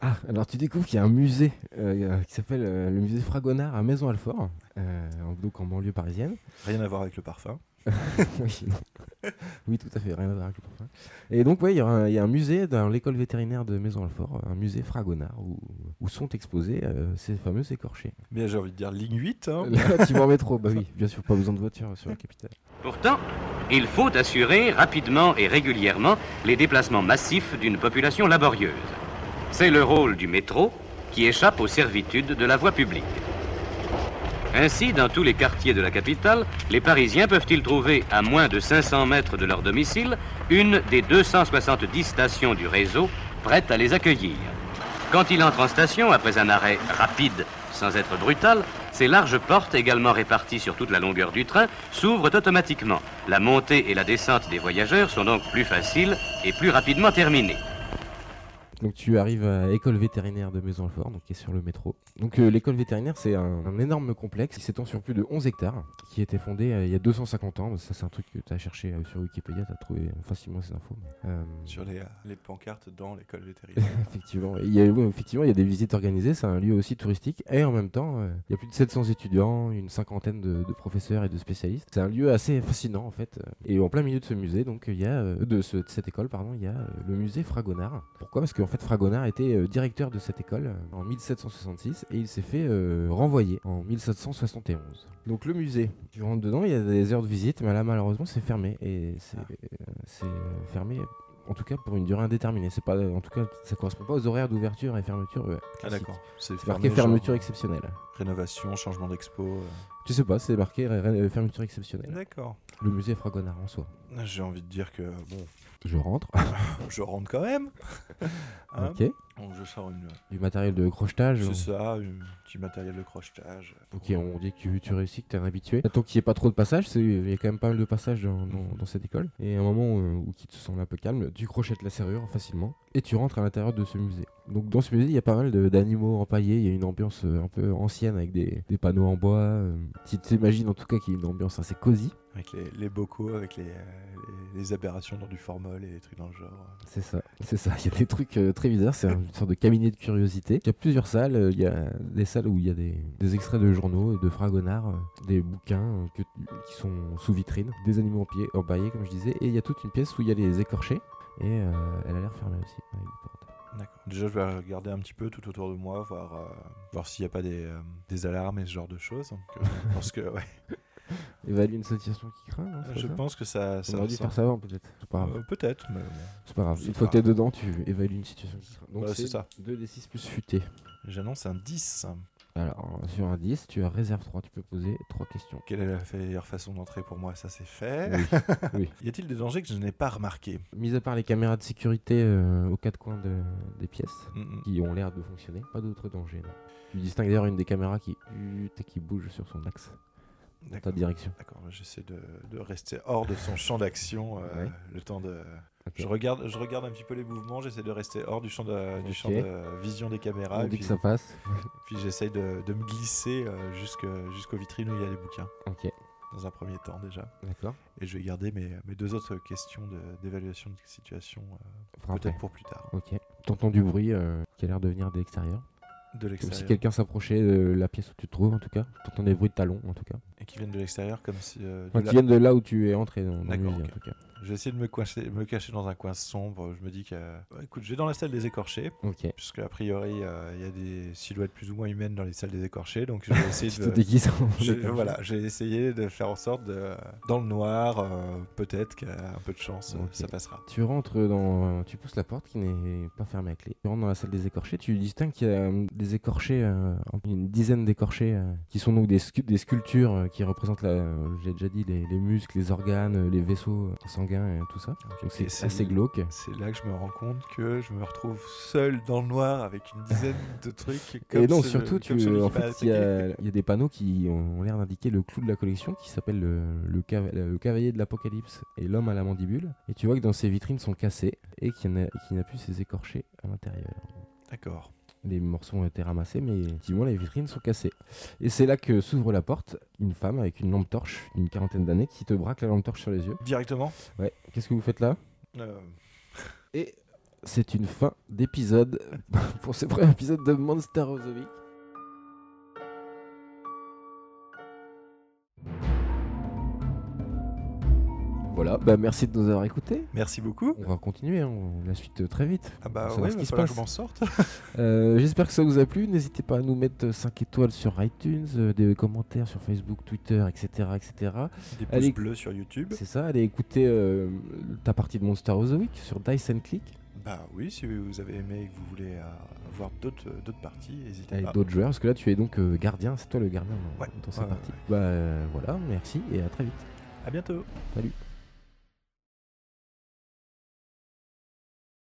Speaker 1: Ah, alors tu découvres qu'il y a un musée euh, qui s'appelle euh, le musée Fragonard à Maison-Alfort, euh, en- donc en banlieue parisienne.
Speaker 2: Rien à voir avec le parfum.
Speaker 1: oui, non. Oui, tout à fait, rien à voir avec le parfum. Et donc, ouais, il y, aura un- il y a un musée dans l'école vétérinaire de Maison-Alfort, un musée Fragonard, où, où sont exposés euh, ces fameux écorchés.
Speaker 2: Mais j'ai envie de dire ligne 8. hein.
Speaker 1: Relativement métro, bah oui, bien sûr, pas besoin de voiture sur la capitale.
Speaker 10: Pourtant, il faut assurer rapidement et régulièrement les déplacements massifs d'une population laborieuse. C'est le rôle du métro qui échappe aux servitudes de la voie publique. Ainsi, dans tous les quartiers de la capitale, les Parisiens peuvent-ils trouver, à moins de 500 mètres de leur domicile, une des 270 stations du réseau prêtes à les accueillir. Quand il entre en station, après un arrêt rapide sans être brutal, ces larges portes, également réparties sur toute la longueur du train, s'ouvrent automatiquement. La montée et la descente des voyageurs sont donc plus faciles et plus rapidement terminées.
Speaker 1: Donc, tu arrives à l'école vétérinaire de Maison-Alfort, donc qui est sur le métro. Donc, euh, l'école vétérinaire, c'est un, un énorme complexe qui s'étend sur plus de 11 hectares, qui a été fondé euh, il y a 250 ans. Ça, c'est un truc que tu as cherché euh, sur Wikipédia, tu as trouvé facilement ces infos. mais, euh,
Speaker 2: Sur les, euh, les pancartes dans l'école vétérinaire.
Speaker 1: Effectivement, il y a, ouais, effectivement, il y a des visites organisées, c'est un lieu aussi touristique, et en même temps, euh, il y a plus de 700 étudiants, une cinquantaine de, de professeurs et de spécialistes. C'est un lieu assez fascinant en fait. Et en plein milieu de ce musée, donc il y a euh, de, ce- de cette école, pardon, il y a euh, le musée Fragonard. Pourquoi Parce qu'en fait, Fragonard était euh, directeur de cette école euh, en 1766 et il s'est fait euh, renvoyer en 1771. Donc le musée, tu rentres dedans, il y a des heures de visite, mais là malheureusement c'est fermé et c'est
Speaker 2: Ah.
Speaker 1: euh, c'est, euh, fermé en tout cas pour une durée indéterminée. C'est pas, en tout cas, ça correspond pas aux horaires d'ouverture et fermeture. euh,
Speaker 2: Ah,
Speaker 1: classiques.
Speaker 2: d'accord. C'est
Speaker 1: C'est marqué
Speaker 2: fermé,
Speaker 1: fermeture
Speaker 2: genre,
Speaker 1: exceptionnelle.
Speaker 2: Rénovation, changement d'expo. euh.
Speaker 1: Tu sais pas, c'est marqué euh, ré- ré- fermeture exceptionnelle.
Speaker 2: D'accord.
Speaker 1: Le musée Fragonard en soi.
Speaker 2: J'ai envie de dire que bon,
Speaker 1: Je rentre.
Speaker 2: je rentre quand même. Hein
Speaker 1: ok.
Speaker 2: Donc je sors une,
Speaker 1: Du matériel de crochetage.
Speaker 2: c'est ça, un petit matériel de crochetage. euh,
Speaker 1: Ok, on dit que tu, tu réussis, que t'es un habitué. Tant qu'il n'y ait pas trop de passages, c'est- il y a quand même pas mal de passages dans, dans- dans cette école. Et à un moment euh, où, où qui te semble un peu calme, tu crochettes la serrure facilement et tu rentres à l'intérieur de ce musée. Donc dans ce musée, il y a pas mal de- d'animaux empaillés, il y a une ambiance euh, un peu ancienne avec des, des panneaux en bois, euh, Tu t'imagines en tout cas qu'il y a une ambiance assez cosy.
Speaker 2: Avec les, les bocaux, avec les, euh, les, les aberrations dans du formol et des trucs dans le genre.
Speaker 1: C'est ça, c'est ça. Il y a des trucs euh, très bizarres. C'est une sorte de cabinet de curiosité. Il y a plusieurs salles. euh, Il y a des salles où il y a des, des extraits de journaux, de fragonards, euh, des bouquins euh, que tu- qui sont sous vitrine, des animaux en pied, empaillés, comme je disais. Et il y a toute une pièce où il y a les écorchés. Et euh, elle a l'air fermée aussi. avec des portes.
Speaker 2: D'accord. Déjà, je vais regarder un petit peu tout autour de moi, voir, euh, voir s'il n'y a pas des, euh, des alarmes et ce genre de choses. Donc, euh, je pense que, ouais,
Speaker 1: Évalue une situation qui craint. non, c'est pas
Speaker 2: je
Speaker 1: ça
Speaker 2: pense que ça.
Speaker 1: On
Speaker 2: ça
Speaker 1: aurait dû
Speaker 2: ressemble.
Speaker 1: faire ça avant peut-être. C'est pas grave.
Speaker 2: Euh, Peut-être, mais bon.
Speaker 1: C'est pas grave.
Speaker 2: c'est
Speaker 1: Une
Speaker 2: pas
Speaker 1: fois que t'es
Speaker 2: grave.
Speaker 1: dedans, tu évalues une situation qui craint. Donc
Speaker 2: Bah, c'est
Speaker 1: c'est
Speaker 2: ça.
Speaker 1: 2d6 plus futé.
Speaker 2: J'annonce un 10.
Speaker 1: Alors sur un 10, tu as réserve 3. Tu peux poser 3 questions.
Speaker 2: Quelle est la meilleure façon d'entrer pour moi Ça, c'est fait.
Speaker 1: Oui. Oui.
Speaker 2: y a-t-il des dangers que je n'ai pas remarqués
Speaker 1: Mis à part les caméras de sécurité euh, aux quatre coins de- des pièces,
Speaker 2: Mm, mm.
Speaker 1: qui ont l'air de fonctionner, pas d'autres dangers. non. Tu distingues d'ailleurs une des caméras qui, putain, qui bouge sur son axe, dans ta
Speaker 2: D'accord.
Speaker 1: direction.
Speaker 2: D'accord, j'essaie de, de rester hors de son champ d'action euh,
Speaker 1: Ouais.
Speaker 2: le temps de.
Speaker 1: Ok.
Speaker 2: Je regarde, je regarde un petit peu les mouvements, j'essaie de rester hors du champ de, du champ
Speaker 1: Ok.
Speaker 2: de vision des caméras.
Speaker 1: On
Speaker 2: et
Speaker 1: dit
Speaker 2: puis-
Speaker 1: que ça passe.
Speaker 2: Puis j'essaye de, de me glisser euh, jusque- jusqu'aux vitrines où il y a les bouquins,
Speaker 1: ok,
Speaker 2: dans un premier temps déjà.
Speaker 1: d'accord.
Speaker 2: Et je vais garder mes, mes deux autres questions de- d'évaluation de, situation euh,
Speaker 1: Frappé.
Speaker 2: peut-être pour plus tard.
Speaker 1: Ah, Ok. T'entends du bruit euh, qui a l'air de venir de l'extérieur.
Speaker 2: hein, De
Speaker 1: Comme si
Speaker 2: l'extérieur.
Speaker 1: quelqu'un s'approchait de la pièce où tu te trouves, en tout cas. T'entends des bruits de talons, en tout cas.
Speaker 2: Et qui viennent de l'extérieur comme si... euh, de
Speaker 1: Enfin,
Speaker 2: là-
Speaker 1: qui viennent de là où tu es entré, dans, dans le
Speaker 2: D'accord,
Speaker 1: musée,
Speaker 2: ok.
Speaker 1: en tout cas.
Speaker 2: Je vais essayer de me, coincer- me cacher dans un coin sombre. Je me dis que... Ouais, écoute, je vais dans la salle des écorchés,
Speaker 1: Ok.
Speaker 2: puisque a priori, euh, il y a des silhouettes plus ou moins humaines dans les salles des écorchés, donc je vais essayer
Speaker 1: Tu te
Speaker 2: de...
Speaker 1: déguises en-
Speaker 2: je- voilà, j'ai essayé de faire en sorte de... Dans le noir, euh, peut-être qu'à un peu de chance, euh,
Speaker 1: Ok.
Speaker 2: ça passera.
Speaker 1: Tu rentres dans. Tu pousses la porte qui n'est pas fermée à clé. Tu rentres dans la salle des écorchés. Tu distingues qu'il y a hum, des écorchés, euh, une dizaine d'écorchés, euh, qui sont donc des, scu- des sculptures euh, qui représentent, la- euh, j'ai déjà dit, les, les muscles, les organes, euh, les vaisseaux euh, sanguins et tout ça. Donc
Speaker 2: Et
Speaker 1: c'est
Speaker 2: c'est-
Speaker 1: assez glauque.
Speaker 2: C'est là que je me rends compte que je me retrouve seul dans le noir avec une dizaine de trucs. Comme
Speaker 1: Et non,
Speaker 2: ce-
Speaker 1: surtout,
Speaker 2: comme
Speaker 1: tu,
Speaker 2: celui
Speaker 1: en
Speaker 2: qui m'a
Speaker 1: fait, il y,
Speaker 2: attaqué.
Speaker 1: a il y a des panneaux qui ont ont l'air d'indiquer le clou de la collection qui s'appelle le, le cava- le cavalier de l'apocalypse et l'homme à la mandibule. Et tu vois que dans ces vitrines sont cassées et qu'il n'y en a- qu'il n'y a plus ces écorchés à l'intérieur.
Speaker 2: D'accord.
Speaker 1: Les morceaux ont été ramassés, mais effectivement, les vitrines sont cassées. Et c'est là que s'ouvre la porte, une femme avec une lampe torche d'une quarantaine d'années qui te braque la lampe torche sur les yeux.
Speaker 2: Directement
Speaker 1: Ouais, qu'est-ce que vous faites là
Speaker 2: Euh,
Speaker 1: Et c'est une fin d'épisode pour ce premier épisode de Monster of the Week. Voilà, bah merci de nous avoir écoutés.
Speaker 2: Merci beaucoup.
Speaker 1: On va continuer, hein, on- la suite euh, très vite.
Speaker 2: Ah bah
Speaker 1: Faut
Speaker 2: ouais,
Speaker 1: savoir ce qui
Speaker 2: il va
Speaker 1: se
Speaker 2: falloir
Speaker 1: passe.
Speaker 2: que je m'en sorte.
Speaker 1: Euh, J'espère que ça vous a plu. N'hésitez pas à nous mettre 5 étoiles sur iTunes, euh, des commentaires sur Facebook, Twitter, etc. etc.
Speaker 2: Des pouces
Speaker 1: Allez.
Speaker 2: bleus sur YouTube.
Speaker 1: C'est ça, allez écouter euh, ta partie de Monster of the Week sur Dice and Click
Speaker 2: Bah oui, si vous avez aimé et que vous voulez euh, voir d'autres d'autres parties, n'hésitez
Speaker 1: avec
Speaker 2: pas.
Speaker 1: d'autres joueurs. Parce que là, tu es donc euh, gardien, c'est toi le gardien dans,
Speaker 2: Ah. Ouais,
Speaker 1: dans cette
Speaker 2: ouais, ouais,
Speaker 1: partie. Bah euh, voilà, merci et à très vite.
Speaker 2: À bientôt.
Speaker 1: Salut.